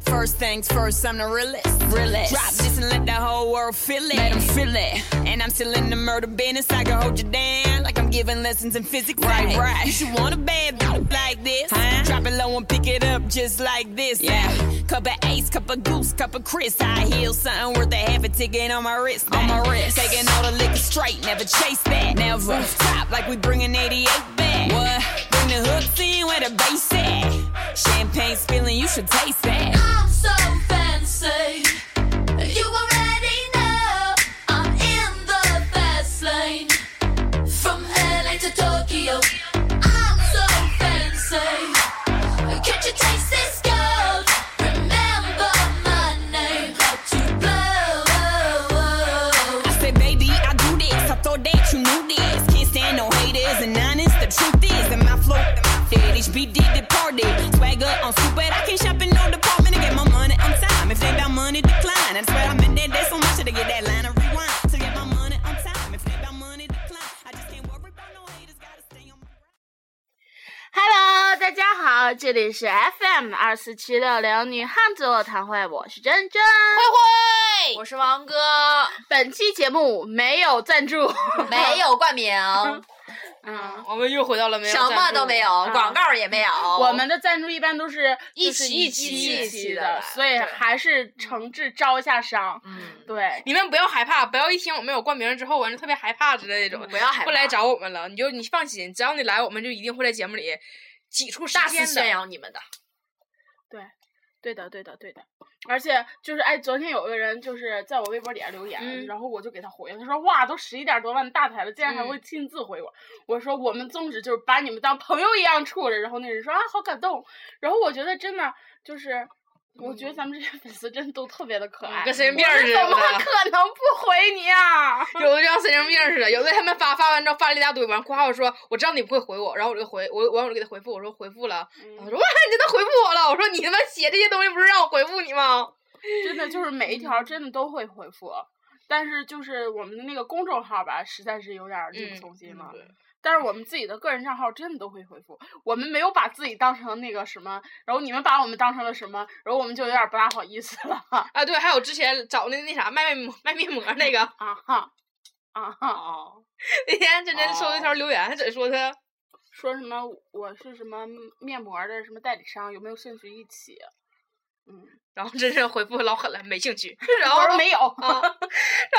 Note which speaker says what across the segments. Speaker 1: First things first, I'm the realest.
Speaker 2: Realest.
Speaker 1: Drop this and let the whole world feel it.
Speaker 2: Let 'em feel it.
Speaker 1: And I'm still in the murder business. I can hold you down like I'm giving lessons in physics.
Speaker 2: Right, right.
Speaker 1: You should want a bad bitch like this.
Speaker 2: Huh?
Speaker 1: Drop it low and pick it up just like this.
Speaker 2: Yeah.
Speaker 1: Cup of ace, cup of goose, cup of Chris. I heal something worth a half a ticket on my wrist.
Speaker 2: On my wrist.
Speaker 1: Taking all the liquor straight, never chase that.
Speaker 2: Never.
Speaker 1: Rooftop like we bringing 88 back.
Speaker 2: What?
Speaker 1: Bring the hooks in where the bass at. Champagne spilling, you should taste that.
Speaker 3: I'm so fancy. You already know I'm in the fast lane. From LA to Tokyo, I'm so fancy. Can't you taste this gold? Remember my name, how to blow.
Speaker 1: I said, baby, I do this. I thought that you knew this. Can't stand no haters and honest. The truth is that my flow that HBD departed. Swagger on super. I can't shop in no department to get my money on time. If they about money, decline. That's where I'm in that day so much that to get that line of rewind. To get my money on time. If they about money, decline. I just can't worry about no haters. Gotta stay on my grind.
Speaker 4: Hello，大家好，这里是 FM 二四七六零女汉子座谈会，我是珍珍。
Speaker 5: 慧慧，
Speaker 3: 我是王哥，
Speaker 4: 本期节目没有赞助，
Speaker 5: 没有冠名，
Speaker 4: 嗯，
Speaker 2: 我们又回到了没有
Speaker 5: 什么都没有，广告也没有。
Speaker 4: 我们的赞助一般都是就
Speaker 5: 一
Speaker 4: 是
Speaker 5: 期
Speaker 4: 一
Speaker 5: 一
Speaker 4: 期
Speaker 5: 期
Speaker 4: 期
Speaker 5: 的
Speaker 4: 的，
Speaker 5: 来
Speaker 4: 所以
Speaker 2: 对
Speaker 4: 还是诚挚招一下商。
Speaker 5: 嗯，
Speaker 4: 对，
Speaker 2: 你们不要害怕，不要一听我们有冠名之后，完了特别害怕之类的那种，
Speaker 5: 不要害怕，
Speaker 2: 不来找我们了。你就你放心，只要你来，我们就一定会在节目里挤出时
Speaker 5: 大
Speaker 2: 间
Speaker 5: 肆宣
Speaker 2: 的。
Speaker 5: 扬你们的。
Speaker 4: 对的，对的，对的。而且就是哎，昨天有个人就是在我微博底下留言，
Speaker 2: 嗯
Speaker 4: 然后我就给他回了，他说哇，都十一点多万大台了，竟然还
Speaker 2: 嗯
Speaker 4: 会亲自回我。我说我们宗旨就是把你们当朋友一样处着。然后那人说啊，好感动。然后我觉得真的就是，我觉得咱们这些粉丝真的都特别的可爱。
Speaker 2: 嗯跟神经病
Speaker 4: 我
Speaker 2: 儿
Speaker 4: 们
Speaker 2: 似
Speaker 4: 怎么
Speaker 2: 的，
Speaker 4: 可能不回你啊？
Speaker 2: 有的就像神经病似的，有的他们发发完之后发了一大堆，完了括号说我知道你不会回我，然后我就回我，完我就给他回复，我说回复了，
Speaker 5: 嗯
Speaker 2: 然后他说哇你真的回复我了，我说你他妈写这些东西不是让我回复你吗？
Speaker 4: 真的就是每一条真的都会回复，但是就是我们的那个公众号吧，实在是有点儿力不
Speaker 2: 嗯
Speaker 4: 从心
Speaker 2: 嗯
Speaker 4: 了。
Speaker 2: 对
Speaker 4: 但是我们自己的个人账号真的都会回复，我们没有把自己当成那个什么，然后你们把我们当成了什么，然后我们就有点儿不大好意思了
Speaker 2: 啊对，还有之前找那那啥卖面膜卖面膜那个，
Speaker 4: 啊哈啊哈，
Speaker 5: 哦，
Speaker 2: 那天真真收了一条留言，他只说他
Speaker 4: 说什么我是什么面膜儿的什么代理商，有没有兴趣一起？
Speaker 2: 然后真是回复老狠了，没兴 趣。然后
Speaker 4: 我说没有，
Speaker 2: 啊，然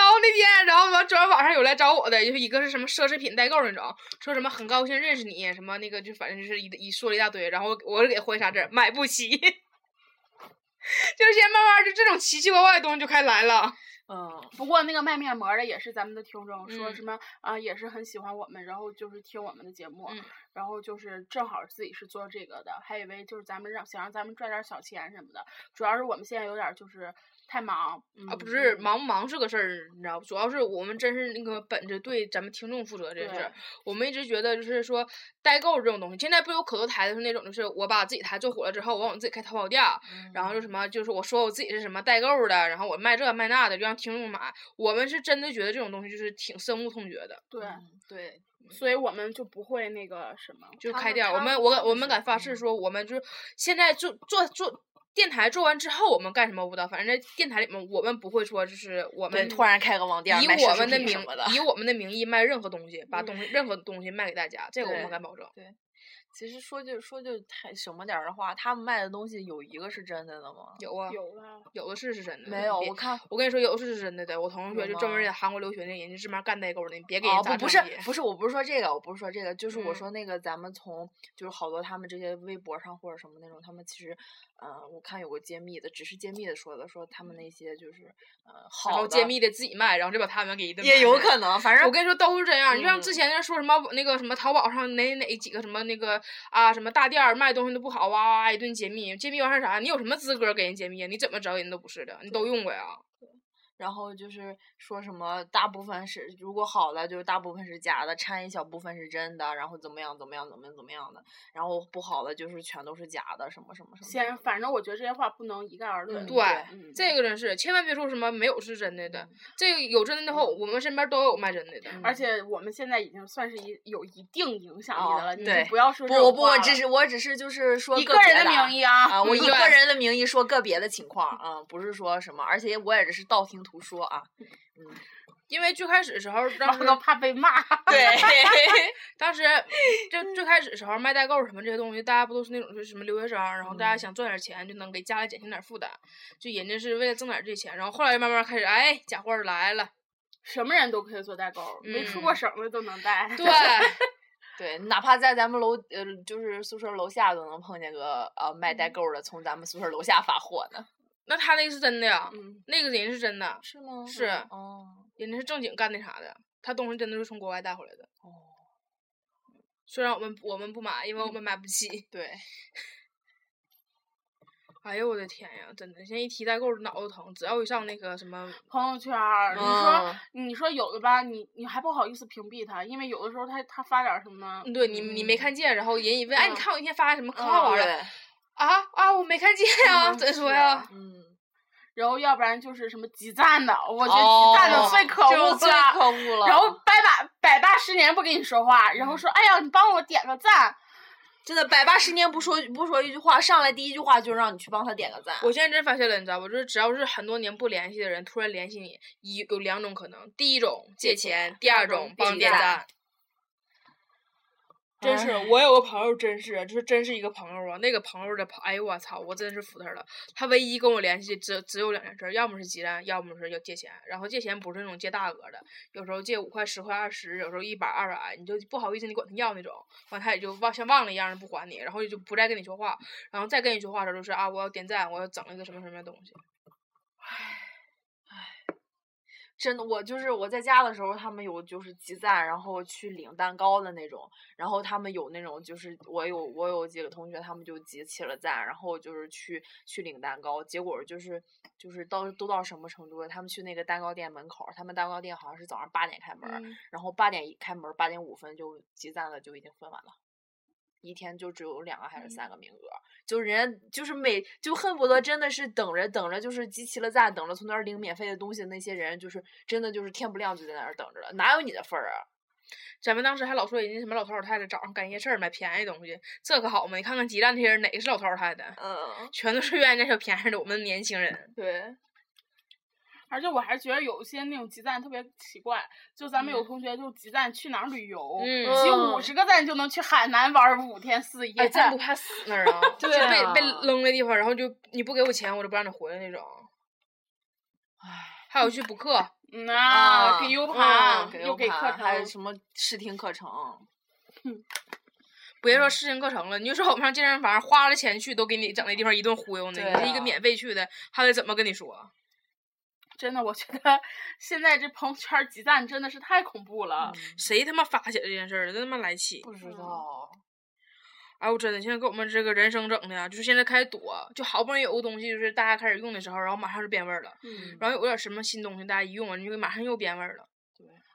Speaker 2: 后那天，然后完，昨天晚上有来找我的，就是一个是什么奢侈品代购那种，说什么很高兴认识你，什么那个就反正就是一一说了一大堆，然后我就给回啥字儿买不起， 就是现在慢慢就这种奇奇怪怪的东西就开始来了。
Speaker 5: 嗯，
Speaker 4: 不过那个卖面膜儿的也是咱们的听众，说
Speaker 2: 嗯
Speaker 4: 什么啊、也是很喜欢我们，然后就是听我们的节目，
Speaker 2: 嗯
Speaker 4: 然后就是正好自己是做这个的，还以为就是咱们让想让咱们赚点儿小钱什么的，主要是我们现在有点儿就是太忙，嗯
Speaker 2: 啊，不是忙不忙这个事儿，你知道，主要是我们真是那个本着对咱们听众负责这件事儿
Speaker 4: 对，
Speaker 2: 我们一直觉得就是说代购这种东西，现在不有可多台的是那种，就是我把自己台做火了之后，我往我自己开淘宝店儿，然后就什么，就是我说我自己是什么代购的，然后我卖这卖那的，就让听众买。我们是真的觉得这种东西就是挺深恶痛绝的，
Speaker 4: 对，
Speaker 5: 对，
Speaker 4: 所以我们就不会那个什么，
Speaker 2: 就是
Speaker 5: 他
Speaker 2: 开
Speaker 5: 们
Speaker 2: 店儿。我
Speaker 5: 他
Speaker 2: 们
Speaker 5: 们
Speaker 2: 我
Speaker 5: 真
Speaker 2: 敢
Speaker 5: 的
Speaker 2: 我们
Speaker 5: 是
Speaker 2: 敢发誓
Speaker 5: 嗯
Speaker 2: 说，我们就是现在做做做电台做完之后，我们干什么不知道，反正在电台里面我们不会说就是我
Speaker 5: 对，
Speaker 2: 们
Speaker 5: 突然开个网店，
Speaker 2: 以
Speaker 5: 卖奢
Speaker 2: 我
Speaker 5: 侈
Speaker 2: 们的
Speaker 5: 品
Speaker 2: 名
Speaker 5: 什么的。
Speaker 2: 以我们的名义卖任何东西，把
Speaker 4: 嗯
Speaker 2: 东西任何东西卖给大家，这个我们
Speaker 5: 对
Speaker 2: 敢保证。
Speaker 5: 其实说句说句太什么点儿的话，他们卖的东西有一个是真的的吗？
Speaker 2: 有啊，
Speaker 4: 有了，
Speaker 2: 有的是是真的。
Speaker 5: 没有，
Speaker 2: 别
Speaker 5: 我看
Speaker 2: 我跟你说，有的是是真的的。我同学
Speaker 5: 有
Speaker 2: 就专门
Speaker 5: 吗
Speaker 2: 在韩国留学那人家这边干代购的，你别给人
Speaker 5: 哦，
Speaker 2: 打
Speaker 5: 不不
Speaker 2: 主
Speaker 5: 是
Speaker 2: 意
Speaker 5: 不是，我不是说这个，我不是说这个，就是我
Speaker 2: 嗯
Speaker 5: 说那个咱们从就是好多他们这些微博上或者什么那种，他们其实，呃，我看有个揭秘的，只是揭秘的说的，说他们那些就是呃
Speaker 2: 嗯然
Speaker 5: 好
Speaker 2: 后
Speaker 5: 的
Speaker 2: 揭秘的自己卖，然后就把他们给一顿
Speaker 5: 也有
Speaker 2: 骂
Speaker 5: 可能，反正
Speaker 2: 我跟你说都是这样，你就像之
Speaker 5: 嗯
Speaker 2: 前那说什么那个什么淘宝上哪哪几个什么那个啊什么大店儿卖东西都不好，哇哇哇一顿揭秘，揭秘完事儿啥？你有什么资格给人揭秘啊？你怎么着人都不是的，你都用过呀？
Speaker 5: 然后就是说什么大部分是如果好的就是大部分是假的，掺一小部分是真的，然后怎么样怎么样怎么样怎么样的，然后不好的就是全都是假的，什么什么什么。
Speaker 4: 先，反正我觉得这些话不能一概而
Speaker 5: 嗯
Speaker 4: 论。
Speaker 2: 对
Speaker 4: 嗯，
Speaker 2: 这个真是千万别说什么没有是真的的，这个有真的
Speaker 5: 嗯
Speaker 2: 后，我们身边都有卖真的的。
Speaker 4: 而且我们现在已经算是一有一定影响力的
Speaker 5: 哦
Speaker 4: 了，你就
Speaker 5: 对
Speaker 4: 不要说
Speaker 5: 不，
Speaker 4: 这种
Speaker 5: 我不，
Speaker 4: 话
Speaker 5: 我
Speaker 4: 了
Speaker 5: 只是我只是就是说
Speaker 4: 以
Speaker 5: 个
Speaker 4: 个人
Speaker 5: 别
Speaker 4: 的名
Speaker 5: 义
Speaker 4: 义啊
Speaker 5: 啊，我
Speaker 4: 嗯
Speaker 5: 以
Speaker 2: 对
Speaker 5: 个人的名义说个别的情况啊、不是说什么，而且我也是道听途说啊。
Speaker 2: 因为最开始的时 候，当
Speaker 4: 然
Speaker 2: 时
Speaker 4: 后都怕被骂。
Speaker 5: 对
Speaker 2: 当时就最开始的时候卖代购什么这些东西，大家不都是那种就是什么留学生，然后
Speaker 5: 嗯
Speaker 2: 大家想赚点钱就能给家里减轻点负担，就人家是为了挣点这钱，然后后来慢慢开始，哎，假货儿来了，
Speaker 4: 什么人都可以做代购，没出过省的都能带。
Speaker 2: 嗯对
Speaker 5: 对，哪怕在咱们楼呃，就是宿舍楼下都能碰见个呃卖
Speaker 4: 嗯
Speaker 5: 代购的，从咱们宿舍楼下发货呢。
Speaker 2: 那他那个是真的呀，
Speaker 5: 嗯，
Speaker 2: 那个人是真的，
Speaker 5: 是吗？
Speaker 2: 是
Speaker 5: 哦，
Speaker 2: 人家是正经干那啥的，他东西真的是从国外带回来的。
Speaker 5: 哦，嗯
Speaker 2: 虽然我们我们不买，因为我们买不起。
Speaker 5: 对，
Speaker 2: 哎呦我的天呀，真的，现在一提代购脑子疼，只要一上那个什么，
Speaker 4: 朋友圈儿，你说
Speaker 5: 嗯
Speaker 4: 你说有的吧，你你还不好意思屏蔽他，因为有的时候他他发点儿什么呢？
Speaker 2: 嗯对你你没看见，然后人一问，哎，
Speaker 4: 嗯
Speaker 2: 你看我那天发什么可
Speaker 4: 嗯
Speaker 2: 好玩了
Speaker 5: 对，
Speaker 2: 啊啊，我没看见呀，
Speaker 4: 嗯
Speaker 2: 怎么
Speaker 4: 是
Speaker 2: 说
Speaker 4: 啊
Speaker 2: 呀？
Speaker 5: 嗯，
Speaker 4: 然后要不然就是什么集赞的，我觉得集赞的
Speaker 5: 哦
Speaker 4: 最可
Speaker 5: 这
Speaker 4: 恶
Speaker 5: 就
Speaker 4: 了。
Speaker 5: 最可恶了。
Speaker 4: 然后百把百八十年不跟你说话，
Speaker 2: 嗯
Speaker 4: 然后说哎呀你帮我点个赞，
Speaker 5: 真的百八十年不说不说一句话，上来第一句话就让你去帮他点个赞。
Speaker 2: 我现在真发现了，你知道不？就是只要是很多年不联系的人突然联系你，一有两种可能：第一种借
Speaker 5: 借钱
Speaker 2: 钱，第二
Speaker 5: 种
Speaker 2: 种帮
Speaker 5: 点
Speaker 2: 你点
Speaker 5: 赞
Speaker 2: 赞。真是，我有个朋友，真是，就是真是一个朋友啊。那个朋友的朋，哎呦我操，我真是服他了。他唯一跟我联系只只有两件事儿，要么是急单，要么是要借钱。然后借钱不是那种借大额的，有时候借五块、十块、二十，有时候一百、二百，你就不好意思你管他要那种，完他也就忘像忘了一样不还你，然后就不再跟你说话，然后再跟你说话的时候就是啊，我要点赞，我要整一个什么什么东西。
Speaker 5: 真的，我就是我在家的时候，他们有就是集赞，然后去领蛋糕的那种，然后他们有那种就是我有我有几个同学，他们就集齐了赞，然后就是去去领蛋糕，结果就是就是到都到什么程度了？他们去那个蛋糕店门口儿，他们蛋糕店好像是早上八点开门
Speaker 4: 嗯
Speaker 5: 儿，然后八点一开门儿，八点五分就集赞了，就已经分完了。一天就只有两个还是
Speaker 4: 嗯
Speaker 5: 三个名额，就人家就是每就恨不得真的是等着等着，就是集齐了赞，等着从那儿领免费的东西的那些人，就是真的就是天不亮就在那儿等着了，哪有你的份儿啊？
Speaker 2: 咱们当时还老说人家什么老头老太太早上干夜市儿买便宜东西，这可好嘛？你看看鸡蛋这些人哪个是老头老太太？
Speaker 5: 嗯，
Speaker 2: 全都是愿意占小便宜的我们年轻人。哎
Speaker 5: 对，
Speaker 4: 而且我还觉得有些那种集赞特别奇怪，就咱们有同学就集赞去哪儿旅游，
Speaker 2: 嗯
Speaker 4: 集五十个赞就能去海南玩儿五天四夜，
Speaker 2: 哎，真不怕死 那儿啊！就
Speaker 5: 对
Speaker 2: 被被
Speaker 5: 啊
Speaker 2: 扔那地方，然后就你不给我钱，我就不让你回来那种。唉，还有去补课，
Speaker 4: 嗯啊，
Speaker 5: 啊
Speaker 4: 给 U
Speaker 5: 啊，
Speaker 4: 盘、
Speaker 5: 给
Speaker 4: 又给课
Speaker 5: 盘
Speaker 4: 程，
Speaker 5: 还有什么试听课程？
Speaker 2: 别说试听课程了，你就说我们上健身房花了钱去，都给你整那地方一顿忽悠呢。
Speaker 5: 对
Speaker 2: 你是一
Speaker 5: 啊
Speaker 2: 个免费去的，还得怎么跟你说？
Speaker 4: 真的，我觉得现在这朋友圈集赞真的是太恐怖了。
Speaker 2: 谁他妈发起来这件事儿了？真他妈来气！
Speaker 5: 不知
Speaker 4: 嗯
Speaker 5: 道，
Speaker 2: 哎，我真的现在给我们这个人生整的呀，就是现在开始躲，就好不容易有个东西，就是大家开始用的时候，然后马上就变味儿了。
Speaker 4: 嗯
Speaker 2: 然后有点什么新东西，大家一用完就马上又变味儿了。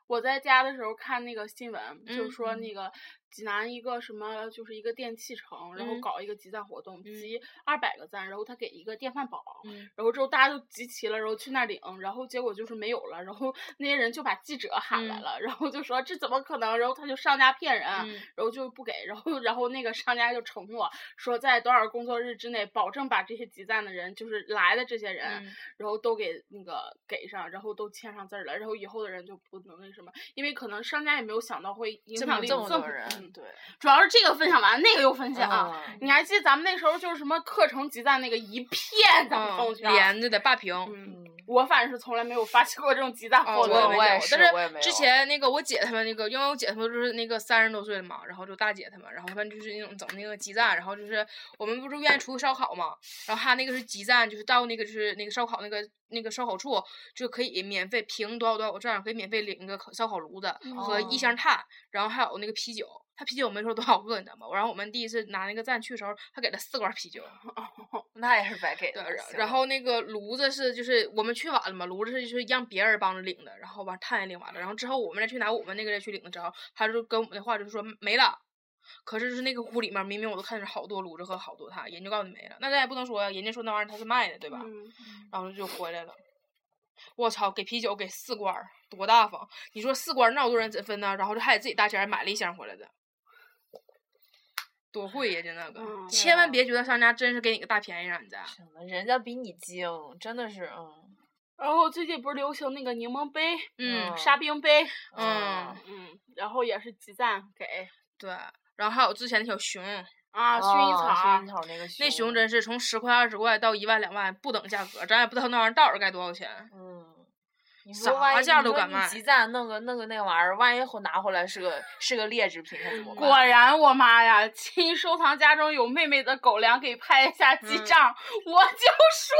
Speaker 4: 我在家的时候看那个新闻，就
Speaker 2: 嗯
Speaker 4: 说那个济南一个什么，就是一个电器城，然后
Speaker 2: 嗯
Speaker 4: 搞一个集赞活动，
Speaker 2: 嗯
Speaker 4: 集二百个赞，然后他给一个电饭煲，
Speaker 2: 嗯，
Speaker 4: 然后之后大家就集齐了，然后去那儿领，然后结果就是没有了，然后 那些人就把记者喊来
Speaker 2: 嗯
Speaker 4: 了，然后就说这怎么可能，然后他就上家骗人，
Speaker 2: 嗯
Speaker 4: 然后就不给，然后然后那个商家就承诺说在多少工作日之内，保证把这些集赞的人，就是来的这些人，
Speaker 2: 嗯
Speaker 4: 然后都给那个给上，然后都签上字儿了，然后以后的人就不能那什么，因为可能商家也没有想到会影
Speaker 5: 这
Speaker 4: 响
Speaker 5: 么
Speaker 4: 力
Speaker 5: 这么
Speaker 4: 这
Speaker 5: 多人，
Speaker 4: 嗯
Speaker 5: 对，
Speaker 4: 主要是这个分享完，那个又分享。
Speaker 2: 哦
Speaker 5: 嗯
Speaker 4: 你还记得咱们那时候就是什么课程集赞那个一片咱们朋友
Speaker 2: 嗯，
Speaker 4: 圈，
Speaker 2: 连着的霸屏。
Speaker 4: 嗯，
Speaker 5: 嗯
Speaker 4: 我反正是从来没有发起过这种集赞
Speaker 2: 哦，
Speaker 4: 活
Speaker 2: 我
Speaker 4: 动。
Speaker 5: 我
Speaker 2: 没
Speaker 5: 我也
Speaker 2: 见过
Speaker 5: 是我也没
Speaker 2: 但是之
Speaker 5: 有
Speaker 2: 前那个我姐她们那个，因为我姐她们就是那个三十多岁了嘛，然后就大姐她们，然后她们就是那种整那个集赞，然后就是我们不是愿意出去烧烤嘛，然后她那个是集赞，就是到那个就是那个烧烤那个那个烧烤处就可以免费凭多少多少个证儿，可以免费领一个烤烧烤炉子和一
Speaker 5: 哦
Speaker 2: 箱炭，然后还有那个啤酒。他啤酒没说多少个，你知道吗？然后我们第一次拿那个赞去的时候，他给了四罐啤酒。
Speaker 5: 那也是白给
Speaker 2: 对
Speaker 5: 的。，
Speaker 2: 然然后那个炉子是就是我们去晚了嘛，炉子是就是让别人帮着领的，然后完炭也领完了，然后之后我们再去拿我们那个再去领的之后，他就跟我们的话就是说没了。可是就是那个屋里面，明明我都看着好多炉子和好多炭，人就告诉你没了。那咱也不能说呀，人家说那玩意儿他是卖的，对吧？
Speaker 4: 嗯，
Speaker 2: 然后就回来了。我操，给啤酒给四罐儿，多大方！你说四罐儿那么多人怎分呢？然后这还得自己搭钱儿买了一箱回来的，多贵呀！就那个，
Speaker 4: 嗯对
Speaker 2: 千万
Speaker 5: 啊
Speaker 2: 别觉得商家真是给你个大便宜让你在。
Speaker 5: 真的，人家比你精，真的是，嗯
Speaker 4: 然后最近不是流行那个柠檬杯、
Speaker 2: 嗯
Speaker 5: 嗯
Speaker 4: 沙冰杯，
Speaker 2: 嗯，
Speaker 4: 嗯，然后也是集赞给
Speaker 2: 对。然后还有之前那小熊，
Speaker 4: 啊，薰衣草
Speaker 5: 啊
Speaker 4: 儿
Speaker 5: 薰衣，草那个熊，
Speaker 2: 那熊真是从十块、二十块到一万、两万不等价格，咱也不知道那玩意儿到底该多少钱。
Speaker 5: 嗯，你
Speaker 2: 啥
Speaker 5: 说万一
Speaker 2: 价
Speaker 5: 你
Speaker 2: 都
Speaker 5: 说
Speaker 2: 敢
Speaker 5: 你
Speaker 2: 卖
Speaker 5: 集赞弄个弄个那玩意儿，万一后拿回来是个是个劣质品，可怎么
Speaker 4: 果
Speaker 2: 啊
Speaker 5: 办？
Speaker 4: 然，我妈呀！亲收藏夹中有妹妹的狗粮，给拍一下记账。我就说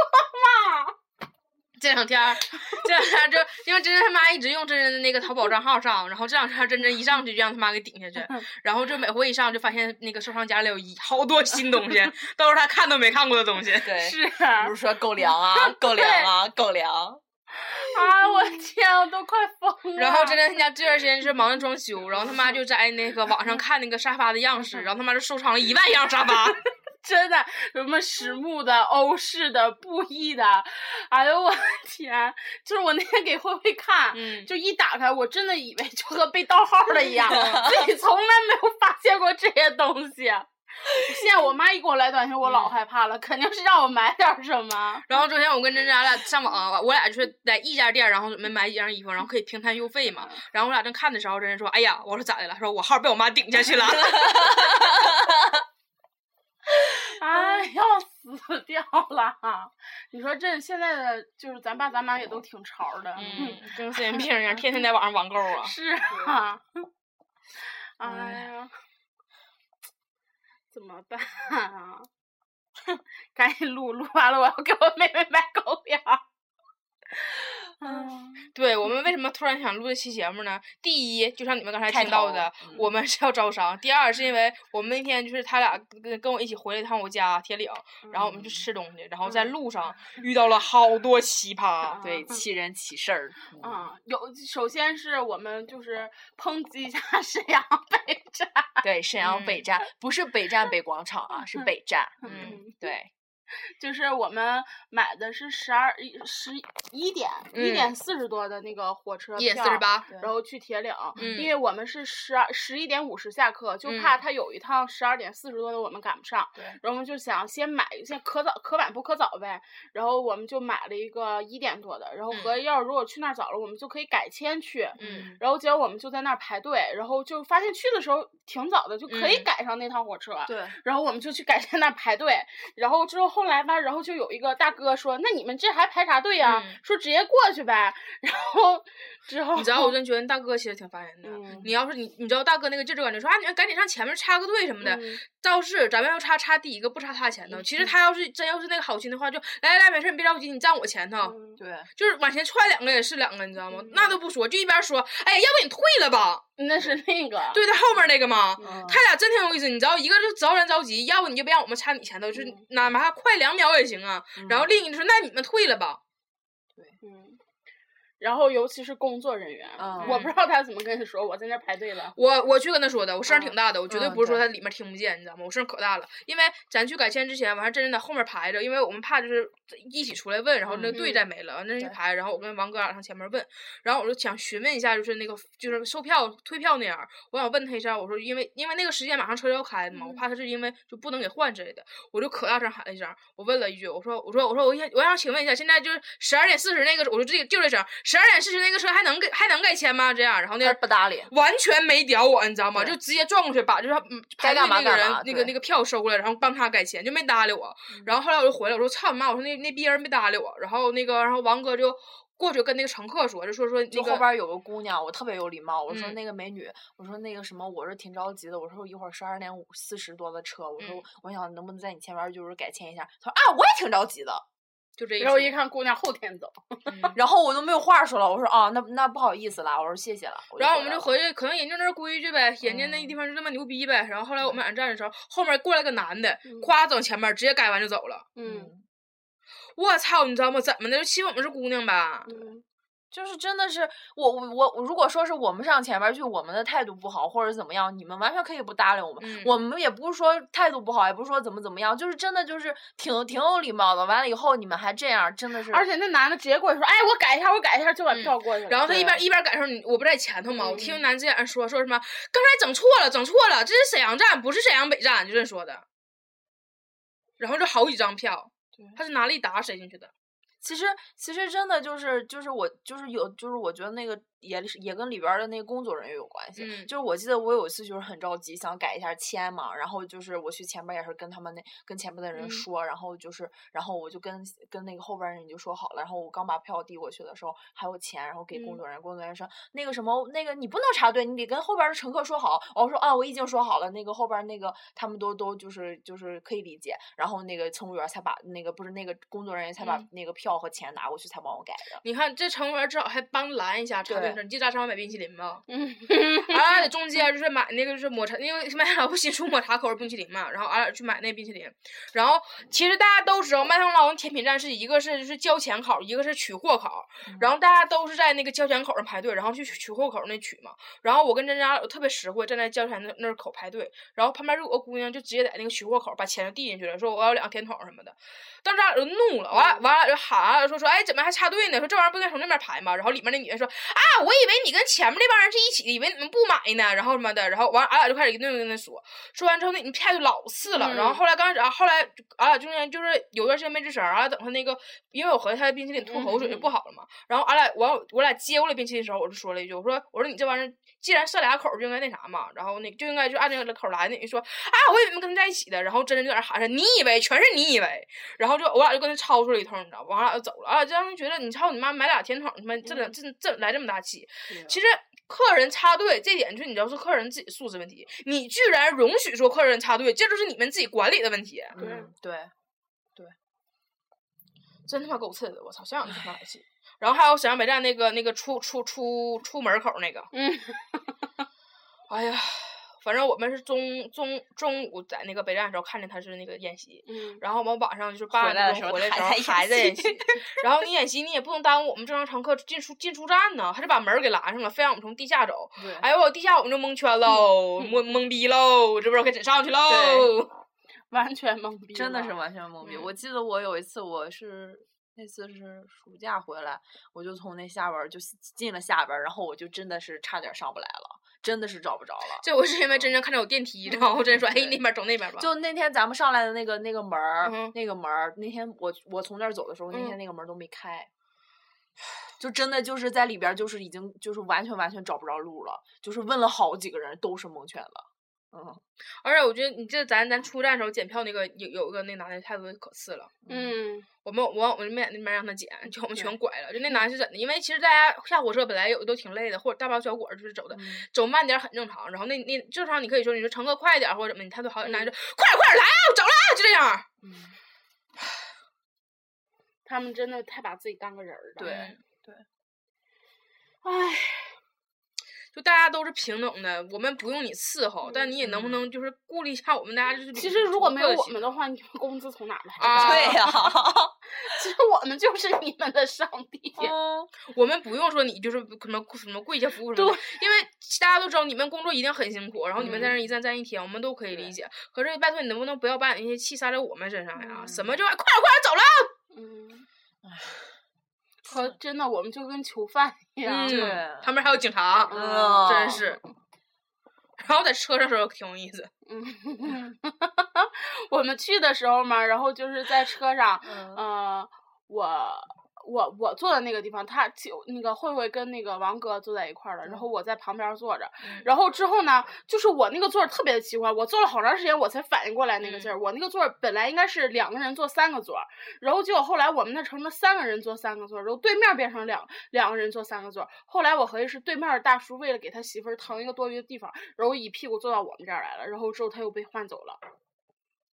Speaker 4: 嘛，
Speaker 2: 这两天儿，这两天儿就因为真真他妈一直用真真的那个淘宝账号上，然后这两天儿真真一上去就让他妈给顶下去，然后就每回一上就发现那个收藏夹里有一好多新东西，都是他看都没看过的东西。
Speaker 5: 对，
Speaker 4: 是
Speaker 5: 不是说狗粮 啊，狗粮啊，狗粮，
Speaker 4: 啊，我天，我都快疯了。
Speaker 2: 然后真真他家这段时间是忙着装修，然后他妈就在那个网上看那个沙发的样式，然后他妈就收藏了一万样沙发。
Speaker 4: 真的什么实木的、欧式的、布艺的，哎呦我的天！就是我那天给慧慧看，
Speaker 2: 嗯
Speaker 4: 就一打开，我真的以为就和被盗号了一样，自己从来没有发现过这些东西。啊现在我妈一给我来短信，我老害怕了，肯定是让我买点儿什么。
Speaker 2: 然后昨天我跟珍珍咱俩上网，啊我俩就是在一家店，然后准备买几样衣服，然后可以平摊邮费嘛。然后我俩正看的时候，珍珍说：“哎呀，我说咋的了？”说我号被我妈顶下去了。
Speaker 4: 哎，要死掉了！你说这现在的就是咱爸咱妈也都挺潮的，
Speaker 2: 嗯，跟神经病一样，天天在网上网购啊。
Speaker 4: 是啊，
Speaker 5: 哎
Speaker 4: 哎呀，怎么办啊？ 赶紧录，录完了我要给我妹妹买狗粮。嗯，
Speaker 2: 对我们为什么突然想录这期节目呢？第一，就像你们刚才
Speaker 5: 开
Speaker 2: 听到
Speaker 5: 头
Speaker 2: 的，
Speaker 5: 嗯
Speaker 2: 我们是要招商；第二，是因为我们那天就是他俩跟跟我一起回了一趟我家铁岭，然后我们去吃东西，然后在路上遇到了好多奇葩。
Speaker 5: 对，奇人奇事 儿，嗯
Speaker 4: 啊、有，首先是我们就是抨击一下沈阳 北站，
Speaker 5: 对，沈阳北
Speaker 2: 嗯
Speaker 5: 站不是北站北广场啊， 是北站，嗯，
Speaker 2: 嗯
Speaker 5: 对，
Speaker 4: 就是我们买的是十二十一点一
Speaker 2: 嗯
Speaker 4: 点四十多的那个火车票，
Speaker 2: 一点四十八，
Speaker 4: 然后去铁岭，
Speaker 2: 嗯
Speaker 4: 因为我们是十二十一点五十下课，就
Speaker 2: 嗯
Speaker 4: 怕他有一趟十二点四十多的我们赶不上，
Speaker 5: 对
Speaker 4: 然后我们就想先买，先可早可晚不可早呗，然后我们就买了一个一点多的，然后
Speaker 2: 嗯
Speaker 4: 合计要是如果去那儿早了，我们就可以改签去。
Speaker 2: 嗯，
Speaker 4: 然后结果我们就在那儿排队，然后就发现去的时候挺早的，就可以
Speaker 2: 嗯
Speaker 4: 赶上那趟火车。
Speaker 2: 对，
Speaker 4: 然后我们就去改在那儿排队，然后之后后来吧，然后就有一个大哥说：“那你们这还排啥队呀、
Speaker 2: 嗯
Speaker 4: 说直接过去呗。”然 后之后
Speaker 2: 你知道，我真觉得大哥其实挺烦人的。
Speaker 4: 嗯
Speaker 2: 你要是你，你知道大哥那个劲儿，就感觉说啊，你们赶紧上前面插个队什么的。
Speaker 4: 嗯
Speaker 2: 倒是咱们要插插第一个，不插他前头。其实他要是真要是那个好心的话，就来来来，没事，你别着急，你站我前头，
Speaker 4: 嗯
Speaker 5: 对，
Speaker 2: 哦就是往前踹两个也是两个，你知道吗？那都不说，就一边说，哎，要不你退了吧？
Speaker 4: 那是那个
Speaker 2: 嗯对他后面那个嘛，
Speaker 5: 嗯
Speaker 2: 他俩真挺有意思。你知道，一个就着人着急，要不你就别让我们插你前头，就是
Speaker 4: 嗯
Speaker 2: 哪怕快两秒也行啊。然后
Speaker 5: 嗯
Speaker 2: 另一个就说，那你们退了吧。
Speaker 4: 嗯，然后尤其是工作人员，
Speaker 5: 嗯
Speaker 4: 我不知道他怎么跟你说，我在那儿排队了。
Speaker 2: 我我去跟他说的，我声儿挺大的，我绝对
Speaker 5: 嗯
Speaker 2: 不是说
Speaker 5: 对
Speaker 2: 他里面听不见，你知道吗？我声儿可大了，因为咱去改签之前，完事儿真真在后面排着，因为我们怕就是一起出来问，然后那个队再没了，完那就
Speaker 5: 嗯对
Speaker 2: 排，然后我跟王哥俩上前面问，然后我就想询问一下，就是那个就是售票退票那样儿，我想问他一下，我说因为因为那个时间马上车就要开了嘛，我
Speaker 5: 嗯
Speaker 2: 怕他是因为就不能给换之类的，我就可大声喊了一声，我问了一句，我说我说我说我想我想请问一下，现在就是十二点四十那个，我就这就这声，十二点四十那个车还能给还能改签吗？这样，然后那
Speaker 5: 他
Speaker 2: 个
Speaker 5: 不搭理，
Speaker 2: 完全没屌我，你知道吗？
Speaker 5: 对
Speaker 2: 就直接转过去把就是嗯
Speaker 5: 该
Speaker 2: 排队
Speaker 5: 干嘛
Speaker 2: 那个
Speaker 5: 干
Speaker 2: 人
Speaker 5: 嘛
Speaker 2: 那个
Speaker 5: 对嗯
Speaker 2: 那个票收过来，然后帮他改钱，就没搭理我。然后后来我就回来，我说操你妈！我说那那逼人没搭理我。然后那个然后王哥就过去跟那个乘客说，就说说那
Speaker 5: 就
Speaker 2: 个
Speaker 5: 后边有个姑娘，我特别有礼貌，我说
Speaker 2: 嗯
Speaker 5: 那个美女，我说那个什么，我是挺着急的，我说我一会儿十二点五四十多的车，我说
Speaker 2: 嗯
Speaker 5: 我想能不能在你前面就是改签一下，她说啊，我也挺着急的，
Speaker 2: 就这一
Speaker 4: 然后
Speaker 2: 说
Speaker 4: 一看姑娘后天走，
Speaker 2: 嗯
Speaker 5: 然后我都没有话说了，我说啊，那那不好意思啦，我说谢谢了。
Speaker 2: 然后我们
Speaker 5: 就
Speaker 2: 就
Speaker 5: 回
Speaker 2: 回去，可能人家那儿规矩呗，人家那
Speaker 5: 嗯
Speaker 2: 地方就那么牛逼呗。然后后来我们俩站的时候，后面过来个男的，
Speaker 4: 嗯
Speaker 2: 夸走前面，直接改完就走
Speaker 5: 来
Speaker 2: 了。
Speaker 5: 了，
Speaker 4: 嗯
Speaker 5: 嗯，
Speaker 2: 我操，你知道吗？怎么的？就欺负我们是姑娘吧？
Speaker 4: 嗯，
Speaker 5: 就是真的是我我我，我如果说是我们上前面去，我们的态度不好或者怎么样，你们完全可以不搭理我们。
Speaker 2: 嗯
Speaker 5: 我们也不是说态度不好，也不是说怎么怎么样，就是真的就是挺挺有礼貌的。完了以后你们还这样，真的是，
Speaker 4: 而且那男的直接过去说，哎，我改一下，我改一下，就把
Speaker 2: 嗯
Speaker 4: 票过去了。
Speaker 2: 然后他一边
Speaker 5: 对
Speaker 2: 一边感受你，我不在前头嘛，我听
Speaker 4: 嗯
Speaker 2: 男之前说说什么，刚才整错了，整错了，这是沈阳站，不是沈阳北站，就这说的。然后这好几张票，他是拿了一沓塞进去的。
Speaker 5: 其实其实真的就是就是我就是有就是我觉得那个也是也跟里边儿的那个工作人员有关系。
Speaker 2: 嗯
Speaker 5: 就是我记得我有一次就是很着急想改一下签嘛，然后就是我去前面也是跟他们那跟前面的人
Speaker 2: 嗯
Speaker 5: 说，然后就是然后我就跟跟那个后边儿人就说好了，然后我刚把票递过去的时候还有钱，然后给工
Speaker 2: 嗯
Speaker 5: 作人员，工作人员说那个什么那个你不能插队，你得跟后边儿的乘客说好。我说啊我已经说好了，那个后边儿那个他们都都就是就是可以理解，然后那个乘务员儿才把那个不是那个工作人员才把
Speaker 2: 嗯
Speaker 5: 那个票和钱拿过去才帮我改的。
Speaker 2: 你看这乘务员至少还帮拦一下插队
Speaker 5: 对
Speaker 2: 车，你记得咱上回买冰淇淋吧？
Speaker 4: 嗯，
Speaker 2: 俺俩在中间就是买那个就是抹茶，因为麦当劳不新出抹茶口味冰淇淋嘛，然后俺俩去买那冰淇淋。然后其实大家都知道，麦当劳跟甜品站是一个是就是交钱口，一个是取货口，然后大家都是在那个交钱口上排队，然后去取货口那取嘛。然后我跟甄家特别实惠，站在交钱那那儿口排队，然后旁边就有个姑娘就直接在那个取货口把钱就递进去了，说我要两个甜筒什么的。当时俺俩就怒了，完了完了就喊了，说说哎怎么还插队呢？说这玩意儿不应该从那边排吗？然后里面那女的说啊，我以为你跟前面那帮人是一起的，以为你们不买呢。然后什么的，然后完了俺俩就开始一顿跟他说，说完之后那你态度老次了。然后
Speaker 4: 嗯
Speaker 2: 后来刚开始，啊后来就俺俩中间就是有段时间没吱声儿，俺俩等他那个，因为我合计他的冰淇淋吐口水就不好了嘛。然后俺俩完我俩接过来冰淇淋的时候，我就说了一句，我说我说你这玩意儿。既然上俩口儿就应该那啥嘛，然后那就应该就按那个口儿来。那人说啊，我以为你们跟他在一起的，然后真真就在那喊上，你以为全是你以为，然后就我俩就跟他吵出了一通，你知道吧？我俩就走了啊！当时觉得你操你妈买俩甜筒，他妈这两这这来这么大气。其实客人插队这点，就是你知道是客人自己素质问题，你居然容许说客人插队，这就是你们自己管理的问题，
Speaker 5: 对、嗯、对，
Speaker 2: 真他妈够次的！我操，想想就他妈来气。然后还有沈阳北站那个那个出出出出门口那个，
Speaker 4: 嗯，
Speaker 2: 哎呀，反正我们是中中中午在那个北站的时候看见他是那个演习，
Speaker 4: 嗯
Speaker 2: 然后我们晚上就是八
Speaker 5: 回来
Speaker 2: 点
Speaker 5: 的
Speaker 2: 钟
Speaker 5: 时候
Speaker 2: 回来的时
Speaker 5: 还
Speaker 2: 候
Speaker 5: 在
Speaker 2: 还在
Speaker 5: 演
Speaker 2: 演
Speaker 5: 戏
Speaker 2: 习， 然后你演习你也不能耽误我们正常乘客进出进出站呢，还是把门儿给拦上了，非让我们从地下走。
Speaker 5: 对
Speaker 2: 哎呦，地下我们就蒙圈喽，
Speaker 5: 嗯
Speaker 2: 懵懵逼喽，这不是该怎上去 喽？
Speaker 4: 完全懵逼了，
Speaker 5: 真的是完全懵逼。
Speaker 2: 嗯
Speaker 5: 我记得我有一次，我是那次是暑假回来，我就从那下边儿就进了下边儿，然后我就真的是差点上不来了，真的是找不着了。
Speaker 2: 这我是因为真正看着有电梯，然后真说，哎，
Speaker 5: 对
Speaker 2: 那边走那边吧。
Speaker 5: 就那天咱们上来的那个那个门儿、
Speaker 2: 嗯哼
Speaker 5: 那个门儿，那天我我从那儿走的时候，那天
Speaker 2: 嗯
Speaker 5: 那个门儿都没开，就真的就是在里边儿就是已经就是完全完全找不着路了，就是问了好几个人都是蒙圈了。嗯，
Speaker 2: 而且我觉得你这咱咱出站的时候检票那个有有一个那男的态度可次了。
Speaker 4: 嗯，
Speaker 2: 我们我往我们那边让他捡，就我们全拐了。就那男的是怎的？因为其实大家下火车本来有的都挺累的，或者大包小裹就是
Speaker 4: 嗯
Speaker 2: 走的，走慢点儿很正常。然后那那正常你可以说你说乘客快点儿或者怎么，你态度好点儿，男
Speaker 4: 嗯
Speaker 2: 的说快点儿快点儿来啊，我走了啊，就这样儿。
Speaker 4: 他们真的太把自己当个人儿了。
Speaker 5: 对
Speaker 2: 嗯
Speaker 4: 唉，
Speaker 2: 就大家都是平等的，我们不用你伺候，但你也能不能就是顾虑一下我们大家就是
Speaker 4: 嗯其实如果没有
Speaker 2: 个
Speaker 4: 我
Speaker 2: 性
Speaker 4: 们的话，你们工资从哪儿来？
Speaker 2: 啊
Speaker 5: 对 呀、
Speaker 4: 其实我们就是你们的上帝。
Speaker 2: 哦
Speaker 5: 嗯
Speaker 2: 我们不用说你就是可能什么跪下服务什么的，因为大家都知道你们工作一定很辛苦，然后你们在那儿一站站一天，我们都可以理解。可是拜托你能不能不要把你那些气撒在我们身上呀？什么就快点快点走了，
Speaker 4: 嗯，可真的，我们就跟囚犯一样。
Speaker 5: 对
Speaker 2: 嗯，旁边还有警察，
Speaker 4: 哦
Speaker 5: 嗯
Speaker 2: 真是。然后在车上的时候挺有意思，
Speaker 4: 嗯，我们去的时候嘛，然后就是在车上，呃，我我我坐的那个地方，他就那个慧慧跟那个王哥坐在一块儿了，然后我在旁边坐着，然后之后呢，就是我那个座儿特别的奇怪，我坐了好长时间我才反应过来那个劲儿，我那个座儿本来应该是两个人坐三个座儿，然后结果后来我们那成了三个人坐三个座儿，然后对面变成两两个人坐三个座儿，后来我合计是对面的大叔为了给他媳妇儿腾一个多余的地方，然后一屁股坐到我们这儿来了，然后之后他又被换走了，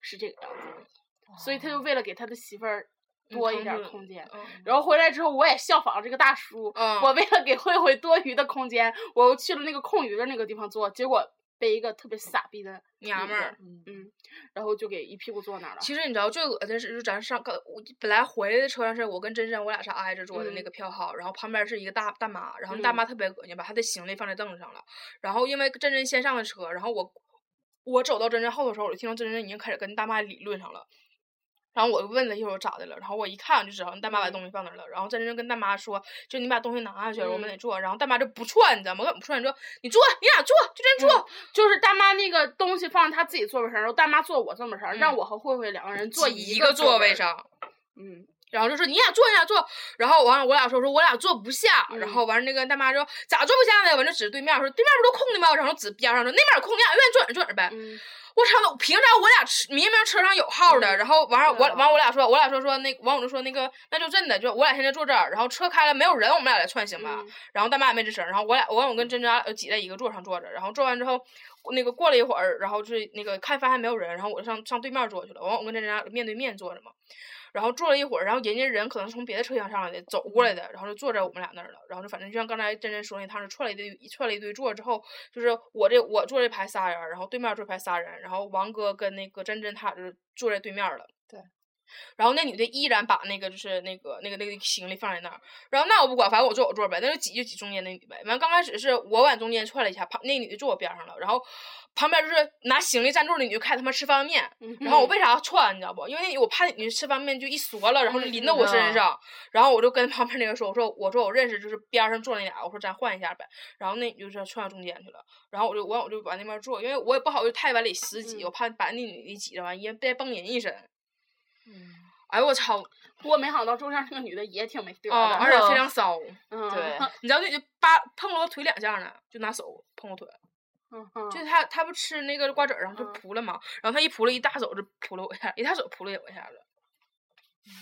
Speaker 4: 是这个样子的，所以他就为了给他的媳妇儿多一
Speaker 2: 哦嗯腾
Speaker 4: 点儿
Speaker 2: 出
Speaker 4: 空间。
Speaker 2: 嗯
Speaker 4: 然后回来之后，我也效仿这个大叔，
Speaker 2: 嗯
Speaker 4: 我为了给慧慧多余的空间，我又去了那个空余的那个地方坐，结果被一个特别傻逼的
Speaker 2: 娘们儿，
Speaker 5: 嗯
Speaker 4: 嗯，然后就给一屁股坐那儿了。
Speaker 2: 其实你知道最恶心的是，就是咱上刚我本来回来的车上是我跟真真我俩是挨着坐的那
Speaker 4: 嗯
Speaker 2: 个票号，然后旁边是一个大大妈，然后那大
Speaker 4: 嗯
Speaker 2: 妈特别恶心，把她的行李放在凳子上了，然后因为真真先上的车，然后我我走到真真后头的时候，我就听到真真已经开始跟大妈理论上了。然后我问了一会儿咋的了，然后我一看我就知道，那大妈把
Speaker 4: 嗯
Speaker 2: 东西放那儿了。然后真真跟大妈说，就你把东西拿下去了，我
Speaker 4: 嗯
Speaker 2: 们得坐。然后大妈就不劝，你知道吗？根本不劝，就你坐，你俩坐，就真
Speaker 4: 嗯
Speaker 2: 坐。
Speaker 4: 就是大妈那个东西放她自己座位上，然后大妈坐我座位上，让
Speaker 2: 嗯
Speaker 4: 我和慧慧两个人坐
Speaker 2: 一
Speaker 4: 个
Speaker 2: 座
Speaker 4: 位
Speaker 2: 位。上，
Speaker 4: 嗯，
Speaker 2: 然后就说你俩坐，你俩坐。然后完了，我俩说说我俩坐不下。
Speaker 4: 嗯
Speaker 2: 然后完了，那个大妈说咋坐不下呢？完了指对面说对面不都空的吗？然后指边上说那边有空，你俩愿意坐哪儿坐哪儿呗。
Speaker 4: 嗯
Speaker 2: 我操！凭啥我俩吃明明车上有号的，
Speaker 4: 嗯
Speaker 2: 然后完了
Speaker 4: 对
Speaker 2: 我
Speaker 4: 啊
Speaker 2: 完我俩说我俩说说那完我就说那个那就真的就我俩现在坐这儿，然后车开了没有人，我们俩来串行吧。
Speaker 4: 嗯
Speaker 2: 然后大妈也没吱声，然后我俩我完我跟珍珍俩呃挤在一个座上坐着，然后坐完之后，那个过了一会儿，然后就是那个看发现没有人，然后我就上上对面坐去了，完我跟珍珍俩面对面坐着嘛，然后坐了一会儿，然后人家人可能是从别的车厢上来的走过来的，然后就坐在我们俩那儿了，然后就反正就像刚才珍珍说那趟是串了一堆串了一堆座之后，就是我这我坐这排仨人儿，然后对面坐这排仨人，然后王哥跟那个珍珍他俩就是坐在对面了。然后那女的依然把那个就是那个那个那个行李放在那儿，然后那我不管，反正我坐我座儿呗，那就挤就挤中间那女呗。完刚开始是我往中间窜了一下，旁那女的坐我边上了，然后旁边就是拿行李占座儿的女就开始他妈吃方便面，
Speaker 4: 嗯，
Speaker 2: 然后我为啥啊窜你知道不？因为那女我怕那女吃方便面就一缩了，然后就淋到我身
Speaker 5: 嗯
Speaker 2: 上，然后我就跟旁边那个说，我说我说我认识就是边上坐那俩，我说咱换一下呗。然后那女就是窜到中间去了，然后我就我我就往那边坐，因为我也不好就太往里死挤，
Speaker 4: 嗯
Speaker 2: 我怕把那女的挤着完，也再崩人一身。
Speaker 5: 嗯
Speaker 2: 哎呦我操！
Speaker 4: 不过没想到中间那个女的也挺没德
Speaker 2: 啊、
Speaker 4: 的，
Speaker 2: 而且非常骚。
Speaker 4: 嗯
Speaker 5: 对，
Speaker 2: 你知道那就扒碰了我腿两下呢，就拿手碰我腿，
Speaker 4: 嗯嗯，
Speaker 2: 就他他不吃那个瓜子儿，然后就
Speaker 4: 嗯
Speaker 2: 扑了嘛，然后他一扑了一大手就扑了我一下，一大手扑了我一下子。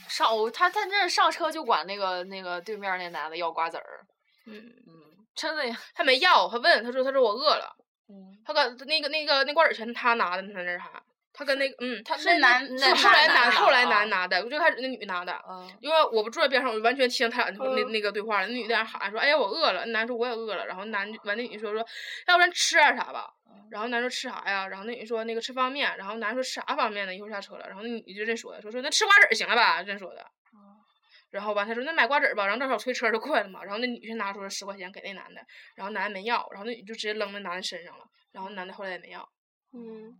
Speaker 5: 上我他他这上车就管那个那个对面那男的要瓜子儿，
Speaker 2: 嗯，
Speaker 5: 嗯，真的呀，
Speaker 2: 他没要，他问他说他说我饿了，
Speaker 5: 嗯，
Speaker 2: 他跟那个那个那瓜子儿钱他拿的，他那啥，他跟那个嗯，
Speaker 5: 他
Speaker 4: 是男
Speaker 2: 是
Speaker 5: 那
Speaker 2: 后来
Speaker 5: 男
Speaker 2: 男后来
Speaker 5: 男的
Speaker 2: 男拿的，最开始那女拿的，
Speaker 5: 啊，嗯
Speaker 2: 因为我不坐在边上，我完全听他俩那、那
Speaker 4: 嗯
Speaker 2: 那个对话了。那女的在那喊说：“哎呀，我饿了。”那男说：“我也饿了。”然后男完那女说说：“要不然吃点啥吧？”然后男说：“吃啥呀？”然后那女说：“那个吃方便。”然后男说：“啥方便呢？一会儿下车了。”然后那女就这说的，说说那吃瓜子儿行了吧？这说的。然后完，他说那买瓜子儿吧，然后正好推车就过来了嘛。然后那女就拿出了十块钱给那男的，然后男的没要，然后那女就直接扔那男的身上了。然后男的后来也没要，
Speaker 4: 嗯，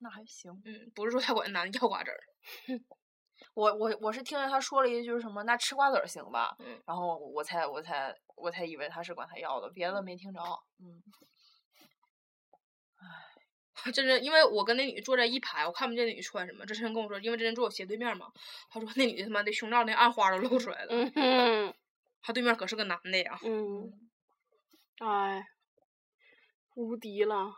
Speaker 5: 那还行。
Speaker 2: 嗯，不是说他管那男的要瓜子儿，
Speaker 5: 我我我是听着他说了一句什么，那吃瓜子儿行吧？
Speaker 2: 嗯
Speaker 5: 然后我才我才我才以为他是管他要的，别的没听着。嗯，
Speaker 2: 真真，因为我跟那女坐在一排，我看不见那女穿什么。真真跟我说，因为真真坐我斜对面嘛，她说那女他妈的胸罩那暗花都露出来了，
Speaker 4: 嗯哼
Speaker 2: 她对面可是个男的呀。
Speaker 4: 嗯，哎，无敌了，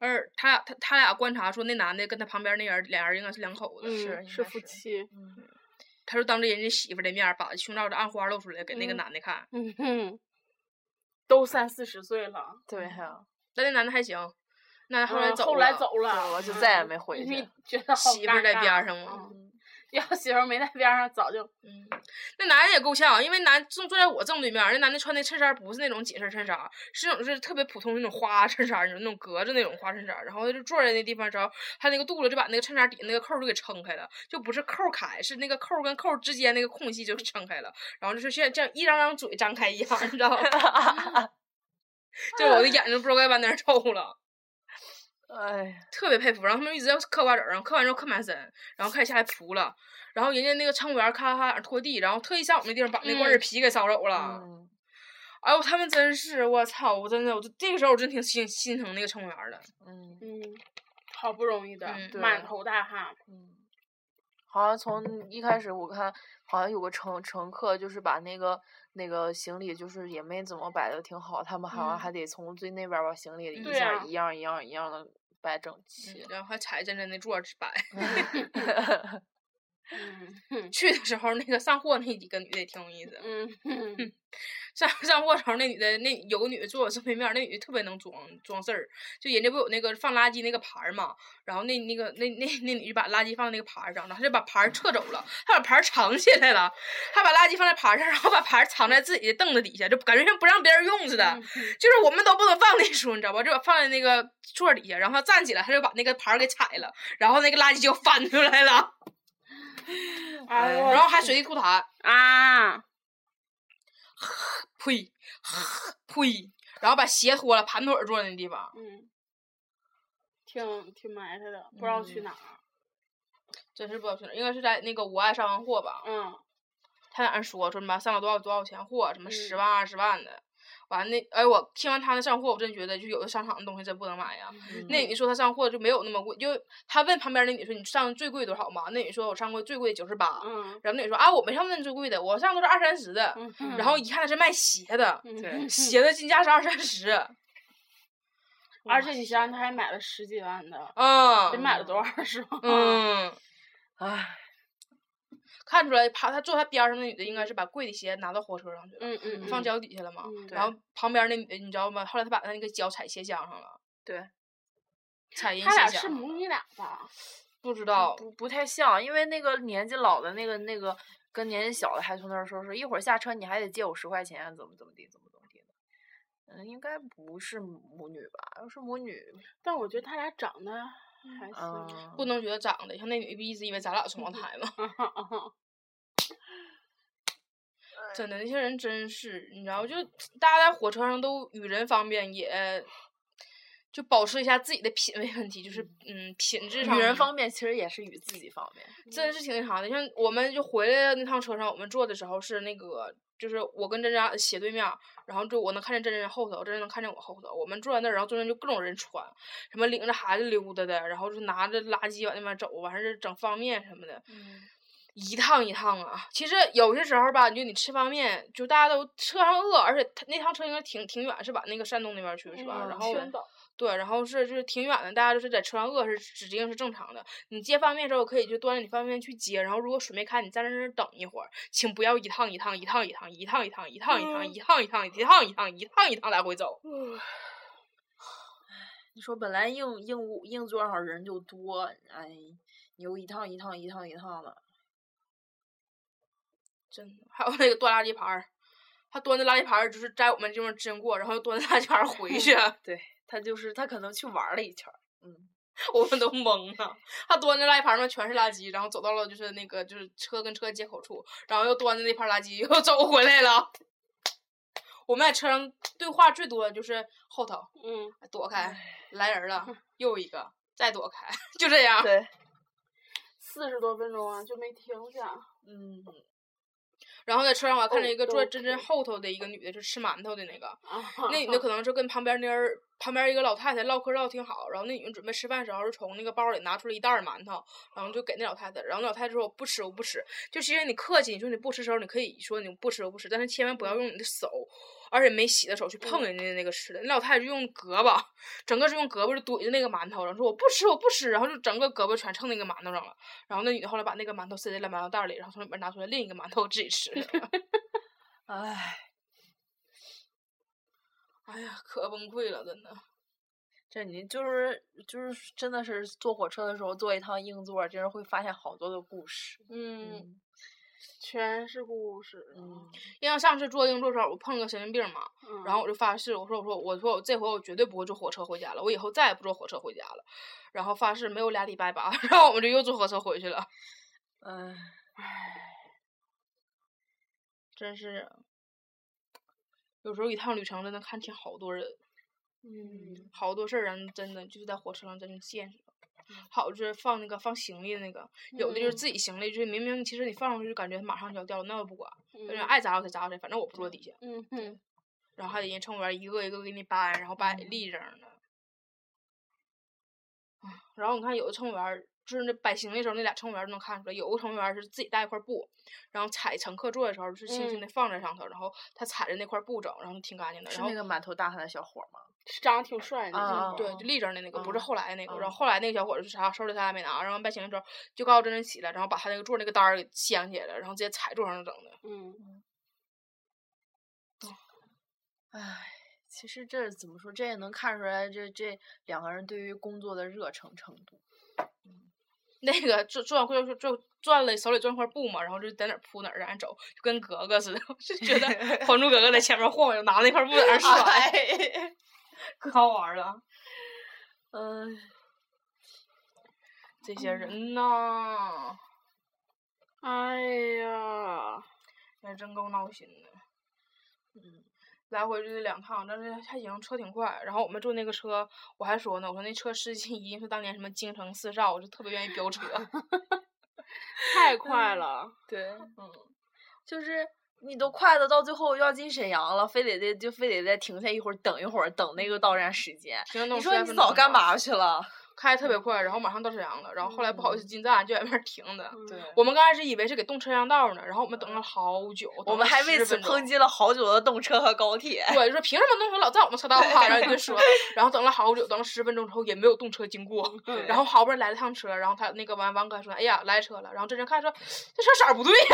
Speaker 2: 而他他他俩观察说，那男的跟他旁边那人俩人应该是两口子。
Speaker 5: 是
Speaker 4: 嗯，
Speaker 5: 应
Speaker 4: 是
Speaker 5: 该
Speaker 4: 夫
Speaker 5: 是
Speaker 4: 妻，
Speaker 2: 他说当着人家媳妇儿的面儿把胸罩的暗花露出来给那个
Speaker 4: 嗯
Speaker 2: 男的看，
Speaker 4: 嗯哼，都三四十岁了。
Speaker 5: 对呀、
Speaker 2: 但那男的还行，那后来
Speaker 4: 嗯
Speaker 2: 走
Speaker 4: 后来
Speaker 2: 了
Speaker 4: 走了，
Speaker 5: 我就
Speaker 4: 嗯
Speaker 5: 再也没回去
Speaker 4: 你觉得好
Speaker 2: 媳妇儿
Speaker 4: 尴
Speaker 2: 在
Speaker 4: 尬
Speaker 2: 边上嘛
Speaker 4: 嗯 要媳妇儿没在边上，早就
Speaker 2: 嗯，那男的也够呛，因为男正坐在我正对面儿，那男的穿的衬衫不是那种紧身衬衫，是那种是特别普通的那种花衬衫，那种格子那种花衬衫。然后他就坐在那地方之后，他那个肚子就把那个衬衫底那个扣儿就给撑开了，就不是扣开，是那个扣儿跟扣儿之间那个空隙就撑开了。然后就是像像一张张嘴张开一样，你知道吗？ 就是我的眼睛不知道该往哪儿瞅了。
Speaker 5: 哎，
Speaker 2: 特别佩服，然后他们一直在嗑瓜子儿，然后嗑完之后嗑满身，然后开始下来扑了，然后人家那个乘务员咔咔咔拖地，然后特意上我们那地方把那瓜子皮给扫走了。
Speaker 5: 嗯，
Speaker 2: 哎呦，他们真是，我操！我真的，我就这个时候我真挺心心疼那个乘务员的。
Speaker 5: 嗯
Speaker 4: 嗯，好不容易的、
Speaker 2: 嗯
Speaker 5: 对
Speaker 4: 满头大汗，
Speaker 5: 嗯，好像从一开始我看，好像有个乘乘客就是把那个那个行李就是也没怎么摆的挺好，他们好像还得从最那边儿把行李一
Speaker 2: 对
Speaker 5: 下
Speaker 4: 啊
Speaker 5: 儿一样儿一样儿一嗯样的摆整齐。嗯
Speaker 2: 然后还踩真真的座儿直摆，
Speaker 4: 嗯
Speaker 2: 去的时候那个上货那几个女的也挺有意思的，
Speaker 4: 嗯，
Speaker 2: 上上货时候那女的那有个女的坐我正对面儿，那女的特别能装装事儿，就人家不有那个放垃圾那个盘儿嘛，然后那那个那那那女就把垃圾放在那个盘儿上，然后就把盘儿撤走了，她把盘儿藏起来了，她把垃圾放在盘儿上，然后把盘儿藏在自己的凳子底下，就感觉像不让别人用似的，
Speaker 4: 嗯
Speaker 2: 就是我们都不能放那书，你知道吧？就把放在那个座儿底下，然后她站起来，她就把那个盘儿给踩了，然后那个垃圾就翻出来了，
Speaker 4: 哎呦
Speaker 2: 然后还随地吐痰。
Speaker 4: 啊，
Speaker 2: 呸， 呸，然后把鞋脱了，盘腿儿坐那地方，
Speaker 4: 嗯，挺挺埋汰的，不知道去
Speaker 2: 嗯
Speaker 4: 哪儿。啊
Speaker 2: 真是不知道去哪儿，应该是在那个我爱上完货吧，
Speaker 4: 嗯
Speaker 2: 他在那儿说说什么上了多少多少钱货，什么
Speaker 4: 嗯
Speaker 2: 十万二十万的，完那哎我听完他那上货，我真觉得就有的商场的东西真不能买
Speaker 4: 嗯
Speaker 2: 呀。那女说她上货就没有那么贵，就她问旁边那女说你上最贵多少嘛？那女说我上过最贵九十八，
Speaker 4: 嗯
Speaker 2: 然后那女说啊我没上那最贵的，我上都是二三十的，
Speaker 4: 嗯，
Speaker 2: 然后一看她是卖鞋的，
Speaker 4: 嗯
Speaker 5: 对
Speaker 4: 嗯
Speaker 2: 鞋的进价是二三十，
Speaker 4: 而且你想想，他还买了十几万的，
Speaker 2: 嗯，
Speaker 4: 得买了多少是吧？ 啊
Speaker 2: 嗯。
Speaker 5: 唉，
Speaker 2: 看出来，趴他坐他边儿上那女的应该是把贵的鞋拿到火车上去了，
Speaker 4: 嗯嗯，
Speaker 2: 放
Speaker 4: 嗯
Speaker 2: 脚底下了嘛。
Speaker 4: 嗯
Speaker 2: 然后旁边那女的你知道吗？后来他把他那个脚踩鞋箱上了。
Speaker 5: 对。
Speaker 2: 踩人
Speaker 4: 他
Speaker 2: 鞋
Speaker 4: 俩是
Speaker 2: 箱
Speaker 4: 母
Speaker 2: 了。
Speaker 4: 女俩吧？
Speaker 2: 不知道。
Speaker 5: 嗯不不太像，因为那个年纪老的那个那个跟年纪小的还从那儿说说，一会儿下车你还得借我十块钱，啊怎么怎么地，怎么怎么地的。嗯，应该不是母女吧？要是母女，
Speaker 4: 但我觉得他俩长得还行。
Speaker 5: 嗯，
Speaker 2: 不能觉得长得像那女的，一直以为咱俩双胞胎嘛。
Speaker 4: 嗯
Speaker 2: 真的，那些人真是，你知道，就大家在火车上都与人方面也，就保持一下自己的品味问题，就是嗯，品质上
Speaker 5: 与人方面其实也是与自己方面。
Speaker 2: 真是挺那啥的。像我们就回来那趟车上，我们坐的时候是那个，就是我跟珍珍俩斜对面儿，然后就我能看见珍珍后头，珍珍能看见我后头。我们坐在那儿，然后中间就各种人穿，什么领着孩子溜达的，然后就拿着垃圾往那边走，啊完事儿整方便面什么的。一趟一趟啊，其实有些时候吧，你就你吃方便，就大家都车上饿，而且他那趟车应该挺挺远，是吧？那个山东那边去是吧？
Speaker 5: 嗯
Speaker 2: 然后
Speaker 4: 全走
Speaker 2: 对，然后是就是挺远的，大家就是在车上饿是指定是正常的。你接方便面的时候可以就端着你方便面去接，然后如果水没开，你站在那儿等一会儿，请不要一趟一趟一趟一趟一趟一趟一趟一趟一趟一趟一趟一趟一趟一趟来回走。
Speaker 5: 你说本来硬硬屋硬座上人就多，哎，你又一趟一趟一趟一趟的，
Speaker 2: 真的，还有那个端垃圾盘儿，他端着垃圾盘儿就是在我们这边经过，然后又端着垃圾盘儿回去，啊
Speaker 5: 他就是他可能去玩儿了一圈儿，嗯，
Speaker 2: 我们都懵了。他端着垃圾盘儿上全是垃圾，然后走到了就是那个就是车跟车接口处，然后又端着那盘垃圾又走回来了。 我们在车上对话最多的就是后头
Speaker 4: 嗯，
Speaker 2: 躲开，来 人了，又一个，再躲开， 就这样。
Speaker 5: 对，
Speaker 4: 四十多分钟啊，就没停下。
Speaker 5: 嗯，
Speaker 2: 然后在车上我还看
Speaker 4: 哦
Speaker 2: 见一个
Speaker 4: 都
Speaker 2: 坐在真真
Speaker 4: 可以
Speaker 2: 后头的一个女的，就吃馒头的那个，那
Speaker 4: 那
Speaker 2: 女的可能是跟旁边那儿旁边一个老太太唠嗑唠挺好，然后那女的准备吃饭的时候，就从那个包里拿出了一袋儿馒头，然后就给那老太太，然后那老太太说我不吃我不吃，就其实你客气，你说你不吃的时候，你可以说你不吃我不吃，但是千万不要用你的手。而且没洗的手去碰人家那个吃的，那老太太就用胳膊，整个是用胳膊就怼着那个馒头，然后说我不吃我不吃，然后就整个胳膊全蹭那个馒头上了。然后那女的后来把那个馒头塞进了馒头袋里，然后从里面拿出来另一个馒头自己吃 了。
Speaker 5: 哎，
Speaker 2: 哎呀，可崩溃了，真的。
Speaker 5: 这你就是就是真的是坐火车的时候坐一趟硬座儿，真是会发现好多的故事，
Speaker 2: 嗯，
Speaker 4: 全是故事啊。
Speaker 5: 嗯，
Speaker 2: 因为上次坐硬座时候，我碰个神经病嘛，
Speaker 4: 嗯
Speaker 2: 然后我就发誓，我说我说我说我这回我绝对不会坐火车回家了，我以后再也不坐火车回家了。然后发誓没有俩礼拜吧， 然后我们就又坐火车回去了，
Speaker 5: 哎，
Speaker 2: 真是。有时候一趟旅程真的看清好多人，
Speaker 4: 嗯
Speaker 2: 好多事儿，人真的就是在火车上真是见识了。还有就是放那个放行李的那个，有的就是
Speaker 4: 嗯
Speaker 2: 自己行李，就是明明其实你放上去就感觉马上就要掉了，那我不管，有人
Speaker 4: 嗯
Speaker 2: 爱砸我谁砸我谁，反正我不坐底下。
Speaker 4: 嗯嗯，
Speaker 2: 然后还得人乘务员一个一个给你搬，
Speaker 5: 嗯
Speaker 2: 然后把你立正的。啊然后你看有的乘务员儿就是那摆行李的时候，那俩乘务员就能看出来，有个乘务员是自己带一块布，然后踩乘客座的时候是轻轻的放在上头，然后他踩着那块布整，然后挺干净的。
Speaker 5: 嗯是
Speaker 2: 然后
Speaker 5: 那个满头大汗的小伙儿吗？
Speaker 4: 长得挺帅的。
Speaker 5: 啊
Speaker 4: 嗯
Speaker 5: 啊
Speaker 2: 对，就立正的那个，不是
Speaker 5: 嗯
Speaker 2: 后来那个。
Speaker 5: 嗯
Speaker 2: 然后后来那个小伙儿是啥手里他也没拿，然后把行李装就高高真真起来，然后把他那个座儿那个单儿给掀起来了，然后直接踩桌上整的。
Speaker 4: 嗯，
Speaker 5: 唉，其实这怎么说，这也能看出来这这两个人对于工作的热诚程度。
Speaker 2: 那个转转会就就转了手里攥块布嘛，然后就在哪儿扑哪儿，然后走，就跟格格似的， 我就觉得 《还珠格格》在前面晃悠，拿那块布在
Speaker 5: 哎
Speaker 2: 那儿甩，可好玩儿了。
Speaker 5: 嗯，
Speaker 2: 这些人呐，
Speaker 4: 哎呀，
Speaker 2: 也真够闹心的。嗯，来回就这两趟，但是还行，车挺快。然后我们坐那个车，我还说呢，我说那车司机一定是当年什么京城四少，我就特别愿意飙车。
Speaker 4: 太快了！
Speaker 5: 对，嗯，就是你都快的到最后要进沈阳了，非得得就非得再停下一会儿，等一会儿，等那个到站时间。
Speaker 2: 停了那
Speaker 5: 你说
Speaker 2: 种15
Speaker 5: 你
Speaker 2: 分
Speaker 5: 早
Speaker 2: 钟
Speaker 5: 干
Speaker 2: 吧？
Speaker 5: 嘛去了？嗯
Speaker 2: 开特别快，然后马上到沈阳了。然后后来不好意思进站，就在外面停的。
Speaker 5: 对，
Speaker 2: 我们刚开始以为是给动车上道呢，然后我们等了好久，
Speaker 5: 我
Speaker 2: 等
Speaker 5: 们
Speaker 2: 了
Speaker 5: 还为
Speaker 2: 10
Speaker 5: 此
Speaker 2: 分钟
Speaker 5: 抨。击了好久的动车和高铁。嗯
Speaker 2: 对，就说凭什么动车老在我们车道啊？然后你 就说，然后等了好久，等了十分钟之后也没有动车经过，
Speaker 5: 嗯
Speaker 2: 然后好不容易来了趟车，然后他那个王王哥说，哎呀来车了，然后这人看说这车色儿不对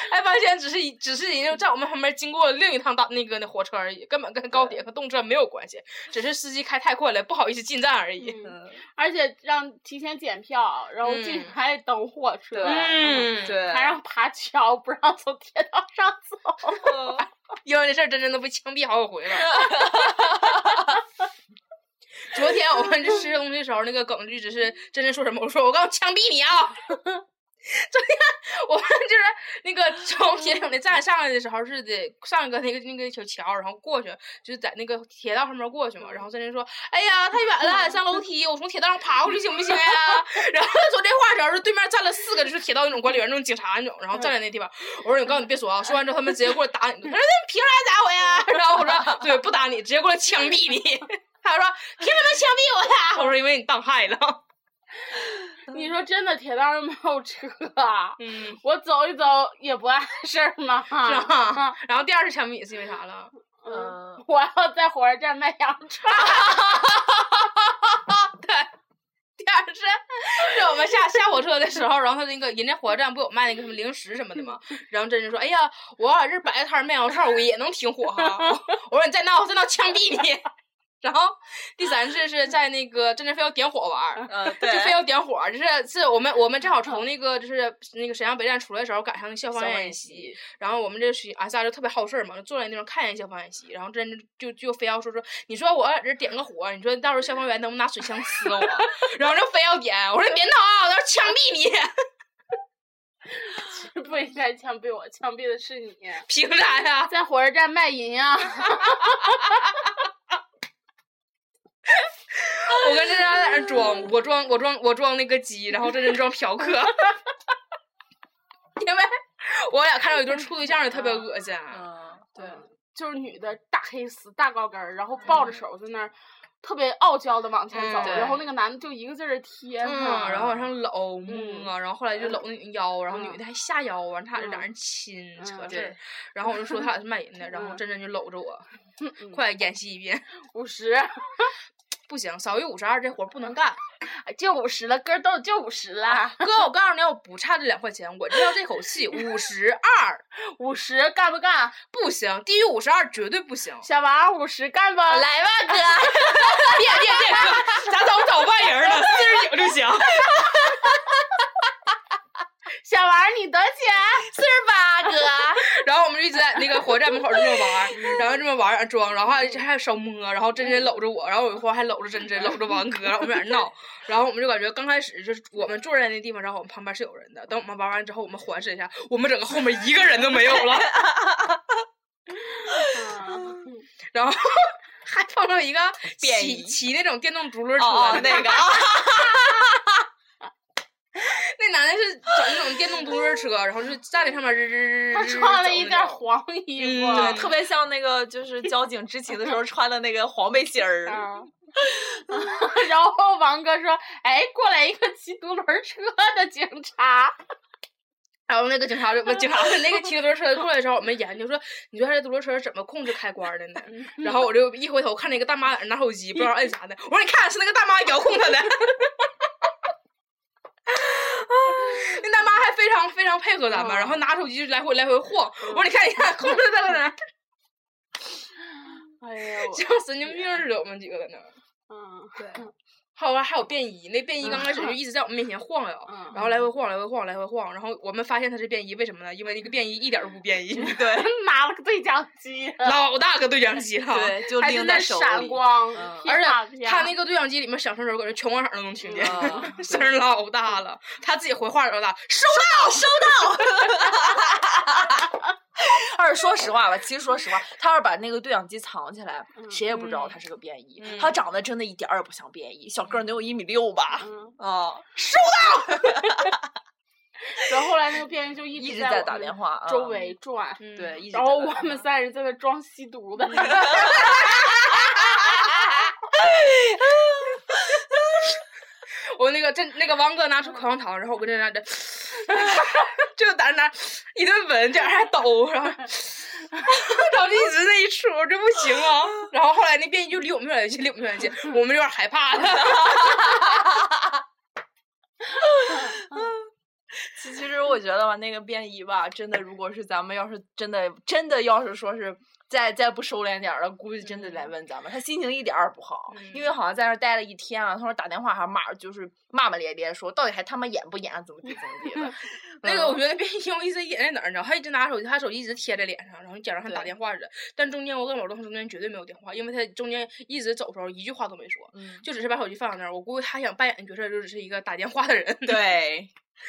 Speaker 2: 呀、哎，发现只是一只是人家在我们旁边经过另一趟大那个那火车而已，根本跟高铁和动车没有关系，只是司机开太快了，不好意思进站而已。
Speaker 4: 嗯，而且让提前检票，然后进
Speaker 2: 嗯
Speaker 4: 去还得等火车，
Speaker 2: 嗯
Speaker 5: 对，
Speaker 4: 还让爬桥，不让从铁道上 走。
Speaker 2: 因为这事儿真真都被枪毙好几回了。昨天我们吃东西的时候，那个耿直只是真真说什么，我说我刚枪毙你啊！ 昨天我们就是那个从铁岭那站上来的时候是得上一个那个那个小桥，然后过去，就是在那个铁道上面过去嘛。然后真真说：“哎呀，太远了，上楼梯，我从铁道上爬过去行不行呀、 然后说这话的时候，对面站了四个就是铁道那种管理员、那种警察那种，然后站在那地方。我说：“我告诉你别说啊！”说完之后，他们直接过来打你。他说：“那凭啥打我呀？”然后我说：“对，不打你，直接过来枪毙你。” 他说：“凭什么枪毙我呀？”我说：“因为你当害了。
Speaker 4: 你说真的，铁道上没有车啊”？
Speaker 2: 嗯，
Speaker 4: 我走一走也不碍事儿吗？
Speaker 2: 是啊嗯吧？然后第二次枪毙你是因为啥了？
Speaker 4: 嗯，
Speaker 5: 嗯，
Speaker 4: 我要在火车站卖羊串儿，
Speaker 2: 对，第二是是我们下下火车的时候，然后他那个人家火车站不有卖那个什么零食什么的吗？然后真真说：“哎呀，我要在这儿摆个摊儿卖羊肉串儿，我也能挺火哈。”我说：“你再闹，再闹，枪毙你！” 然后第三次是在那个真真非要点火玩儿，
Speaker 5: 嗯，
Speaker 2: 就非
Speaker 5: 对，
Speaker 2: 要点火儿，就是是我们我们正好从那个就是那个沈阳北站出来的时候，赶上那消防
Speaker 5: 消防
Speaker 2: 演
Speaker 5: 演
Speaker 2: 习，然然后我们这是俺仨就特别好事儿嘛，就坐在那地方看人消防演习，然后真就就非要说说，你说我要这点个火，你说到时候消防员能不能拿水枪呲 我，然后就非要点，我说你别闹啊，我到时候枪毙你，
Speaker 4: 不应该枪毙我，枪毙的是你。
Speaker 2: 凭啥呀？
Speaker 4: 在火车站卖淫啊！
Speaker 2: 我跟这俩在那儿装，我装我装我装那个鸡，然后真真装嫖客， 因为我俩看着有一对儿处对象就特别恶心。啊
Speaker 5: 嗯，对，
Speaker 4: 就是女的大黑丝大高跟儿，然后抱着手在那儿，特别傲娇的往前走，
Speaker 2: 嗯对
Speaker 4: 然后那个男的就一个劲儿地贴
Speaker 2: 嗯，
Speaker 4: 他，
Speaker 2: 然后往上搂，
Speaker 4: 嗯
Speaker 2: 嗯啊，然后后来就搂那女腰，然后女
Speaker 4: 嗯
Speaker 2: 的还下腰，完他俩就
Speaker 4: 嗯
Speaker 2: 俩人亲扯
Speaker 4: 嗯
Speaker 2: 事
Speaker 5: 对
Speaker 2: 儿，然后我就说他俩是卖淫的，然后
Speaker 4: 嗯
Speaker 2: 真真就搂着我，
Speaker 4: 嗯
Speaker 2: 快演戏一遍，
Speaker 4: 五十，哎
Speaker 2: 不行，少于五十二这活儿不
Speaker 4: 嗯
Speaker 2: 能干。
Speaker 4: 就五十了，哥都就五十啦，
Speaker 2: 哥，我告诉你，我不差这两块钱，我知道这 口气，五十二
Speaker 4: 五十干不干？
Speaker 2: 不行，低于五十二绝对不行。
Speaker 4: 小王五十干吧，
Speaker 2: 来吧，哥，别别别， 哥，咱都找外人了，四十九就行，
Speaker 4: 小王你多少钱？
Speaker 2: 四十八，哥。然后我们就一直在那个火车站门口这么玩儿，然后这么玩儿啊装，然后还还手摸，然后真真搂着我，然后有一会儿还搂着真真，搂着王哥，然后我们俩闹，然后我们就感觉刚开始就是我们坐在那地方，然后我们旁边是有人的，等我们玩完之后，我们环视一下，我们整个后面一个人都没有了，
Speaker 4: 嗯
Speaker 2: 然后还碰到一个
Speaker 5: 便
Speaker 2: 骑
Speaker 5: 衣
Speaker 2: 骑那种电动独轮车
Speaker 5: 哦
Speaker 2: 的
Speaker 5: 哦，那个，啊
Speaker 2: 那男的是整那种电动独轮车，然后就是站在上面吱吱吱吱，
Speaker 4: 他穿了
Speaker 2: 走
Speaker 4: 一
Speaker 2: 那
Speaker 4: 件
Speaker 2: 种
Speaker 4: 黄衣服，
Speaker 2: 嗯
Speaker 5: 特别像那个就是交警执勤的时候穿的那个黄背心儿。
Speaker 4: 嗯然后王哥说：“哎，过来一个骑独轮车的警察。
Speaker 2: 然后那个警察就不警察那个骑独轮车过来的时候，我们研究说，你说他这独轮车是怎么控制开关的呢？然后我就一回头看那个大妈在那拿手机，不知道摁啥呢。我说你看是那个大妈遥控他的。那大妈还非常非常配合咱们，然后拿手机就来回来回晃。我说你看你看控制他了呢，”
Speaker 4: 哎 呦，
Speaker 2: 像神经病似的，我们几个在那儿。
Speaker 4: 嗯
Speaker 2: 对，还有还有便衣，那便衣刚开始就一直在我们面前晃悠，
Speaker 4: 嗯，
Speaker 2: 然后来回晃，来回晃，来回晃，然后我们发现它是便衣，为什么呢？因为那个便衣一点儿都不便衣，对，
Speaker 4: 拿了个对讲机，
Speaker 2: 老大个对讲机了，
Speaker 5: 对，就
Speaker 4: 还在
Speaker 5: 拎
Speaker 4: 那
Speaker 5: 在手
Speaker 4: 闪
Speaker 5: 里。
Speaker 4: 光，
Speaker 5: 嗯
Speaker 4: 噼
Speaker 2: 而
Speaker 4: 啪
Speaker 2: 且
Speaker 4: 啪
Speaker 2: 他那个对讲机里面响声时候，搁这全广场都能听见，
Speaker 5: 啊
Speaker 2: 声儿老大了，他自己回话老大，收到，收
Speaker 5: 二说实话吧，其实说实话，他要是把那个对讲机藏起来，谁也不知道他是个便衣。
Speaker 2: 嗯
Speaker 5: 他长得真的一点儿也不像便衣，小个儿能有一米六吧？
Speaker 4: 嗯，
Speaker 5: 啊，
Speaker 4: 然后后来那个便衣就一
Speaker 5: 一
Speaker 4: 直
Speaker 5: 直在
Speaker 4: 我
Speaker 5: 打
Speaker 4: 们
Speaker 5: 电话啊
Speaker 4: 周围转，
Speaker 2: 到，
Speaker 5: 对，，一直
Speaker 4: 然后
Speaker 5: 在
Speaker 4: 我
Speaker 5: 打
Speaker 4: 们三人在那装吸毒的，
Speaker 2: 我那个真那个王哥拿出口香糖，然后我跟这拿着， 就在那一顿闻，这样还抖，然后 然后就一直那一出，这不行啊。然后后来那便衣就离我们越来越近，离我们越来越近，我们有点害怕了。
Speaker 5: 其其实我觉得吧，那个便衣吧，真的，如果是咱们要是真的真的要是说是再再不收敛点儿了，估计真的来问咱们。他心情一点儿也不好，因为好像在那儿待了一天啊。他说打电话还骂，就是骂骂咧咧说到底还他妈演不演啊，怎么地怎么地的。
Speaker 2: 那个我觉得便衣挺有意思，演在哪儿你知道？他一直拿手机，他手机一直贴在脸上，然后假装像打
Speaker 5: 对
Speaker 2: 电话似的。但中间我跟老郑中间绝对没有电话，因为他中间一直走的时候一句话都没说，
Speaker 5: 嗯，
Speaker 2: 就只是把手机放在那儿。我估计他想扮演的角色就只是一个打电话的人，
Speaker 5: 对，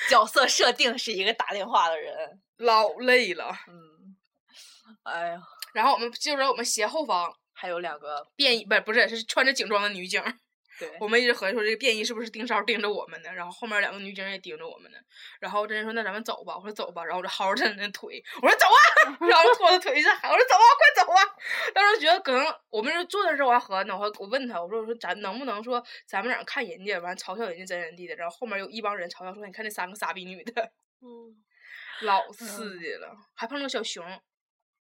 Speaker 5: 角色设定是一个打电话的人。
Speaker 2: 老累了。
Speaker 5: 嗯，哎呀，
Speaker 2: 然后我们就是我们斜后方。
Speaker 5: 还有两个
Speaker 2: 便衣不是不是是穿着警装的女警儿，
Speaker 5: 对，
Speaker 2: 我们一直合计说这个便衣是不是盯梢盯着我们呢？然后后面两个女警也盯着我们呢。然后真人说那咱们走吧，我说走吧，然后我就薅着他那腿，我说走啊， 然后拖着腿一直喊我说走啊，快走啊！当时觉得可能我们是坐的时候我还合呢，我还我问他我说我说咱能不能说咱们俩看人家完嘲笑人家真人地的，然后后面有一帮人嘲笑说你看那三个傻逼女的，
Speaker 4: 嗯
Speaker 2: 老刺激了，还碰着小熊，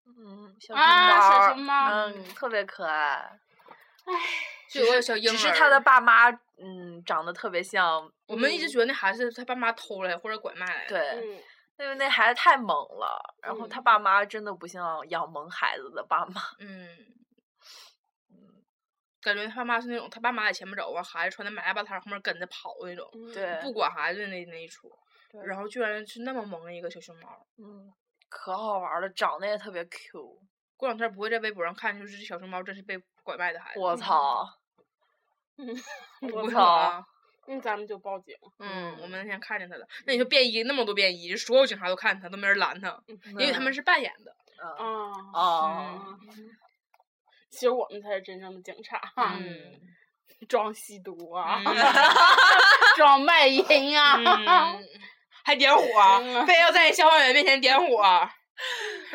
Speaker 5: 嗯，小熊
Speaker 4: 啊小
Speaker 5: 猫儿
Speaker 4: 熊猫儿
Speaker 5: 嗯，特别可爱。
Speaker 2: 就有个小婴儿，
Speaker 5: 只是他的爸妈，嗯，长得特别像，嗯
Speaker 2: 我们一直觉得那孩子他爸妈偷来或者拐卖来的。
Speaker 5: 对，
Speaker 4: 嗯
Speaker 5: 因为那孩子太猛了，然后他爸妈真的不像养萌孩子的爸妈，
Speaker 2: 嗯，感觉他爸妈是那种他爸妈也前不着啊，孩子穿的马甲巴衩后面跟着跑的那种，
Speaker 4: 嗯
Speaker 5: 对
Speaker 2: 不管孩子那那一出，
Speaker 5: 对
Speaker 2: 然后居然是那么萌的一个小熊猫。
Speaker 5: 嗯，可好玩了，长得也特别 Q，
Speaker 2: 过两天不会在微博上看，就是这小熊猫真是被拐卖的孩子。
Speaker 5: 我操，
Speaker 2: 我
Speaker 5: 我操，
Speaker 2: 啊！
Speaker 4: 那咱们就报警，
Speaker 2: 嗯，我
Speaker 5: 嗯
Speaker 2: 们那天看见他了。那你说便衣那么多便衣，就所有警察都看他，都没人拦他，因为他们是扮演的。
Speaker 5: 嗯，
Speaker 4: 啊
Speaker 5: 哦，
Speaker 2: 嗯，
Speaker 4: 其实我们才是真正的警察，
Speaker 2: 嗯
Speaker 4: 装吸毒啊，
Speaker 2: 嗯
Speaker 4: 装卖淫啊，嗯
Speaker 2: 嗯，还点火儿，
Speaker 5: 嗯
Speaker 2: 非要在消防员面前点火儿。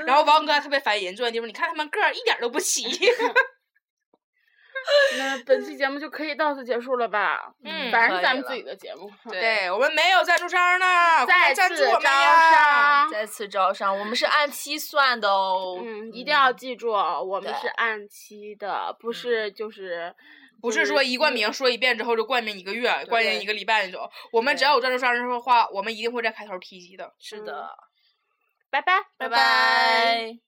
Speaker 2: 然后王哥还特别烦人，坐在地方，你看他们个儿一点儿都 不齐。
Speaker 4: 那本期节目就可以到此结束了吧？
Speaker 2: 嗯
Speaker 4: 反正
Speaker 5: 可
Speaker 4: 是
Speaker 5: 以
Speaker 4: 咱们
Speaker 5: 了
Speaker 4: 自己的节目。嗯
Speaker 2: 对我们没有赞助商呢，
Speaker 4: 再
Speaker 2: 快赞
Speaker 4: 次
Speaker 2: 助我
Speaker 4: 招
Speaker 2: 们呀！
Speaker 4: 商，
Speaker 5: 再次招商，我们是按期算的哦，
Speaker 4: 嗯，一定要记住，我们
Speaker 5: 对
Speaker 4: 是按期的，不是就是
Speaker 2: 不是说一冠名说一遍之后就冠名一个月、冠名
Speaker 5: 对
Speaker 2: 一个礼拜那种。我们只要有赞助商的话，我们一定会在开头提及的。
Speaker 5: 是的，
Speaker 4: 拜拜，
Speaker 5: 拜拜。
Speaker 1: And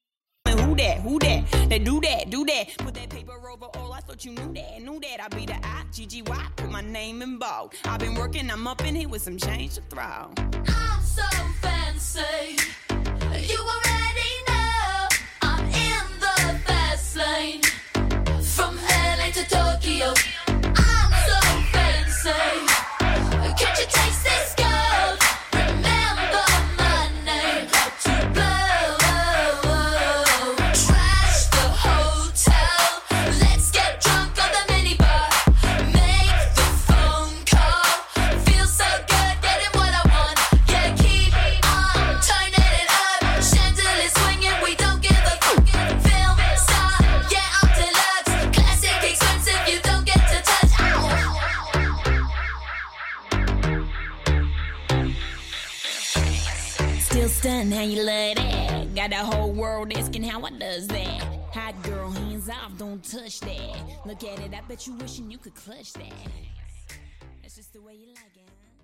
Speaker 1: Who that? Who that? They do that, do that. Put that paper over all. I thought you knew that, knew that. I be the I G G Y. Put my name in bold. I've been working. I'm up in here with some change to throw.
Speaker 3: I'm so fancy. You already know I'm in the fast lane. From LA to Tokyo, I'm so fancy. Can't you taste this gold? Remember my name. Got to blow. Trash the hotel. Let's get drunk on the minibar. Make the phone call. Feel so good getting what I want. Yeah, keep on turning it up. Chandelier swinging, we don't give a fuck. Film star, yeah, I'm
Speaker 1: son, how you love that? Got the whole world asking how I does that. Hot girl, hands off, don't touch that. Look at it, I bet you wishing you could clutch that. That's just the way you like it, huh?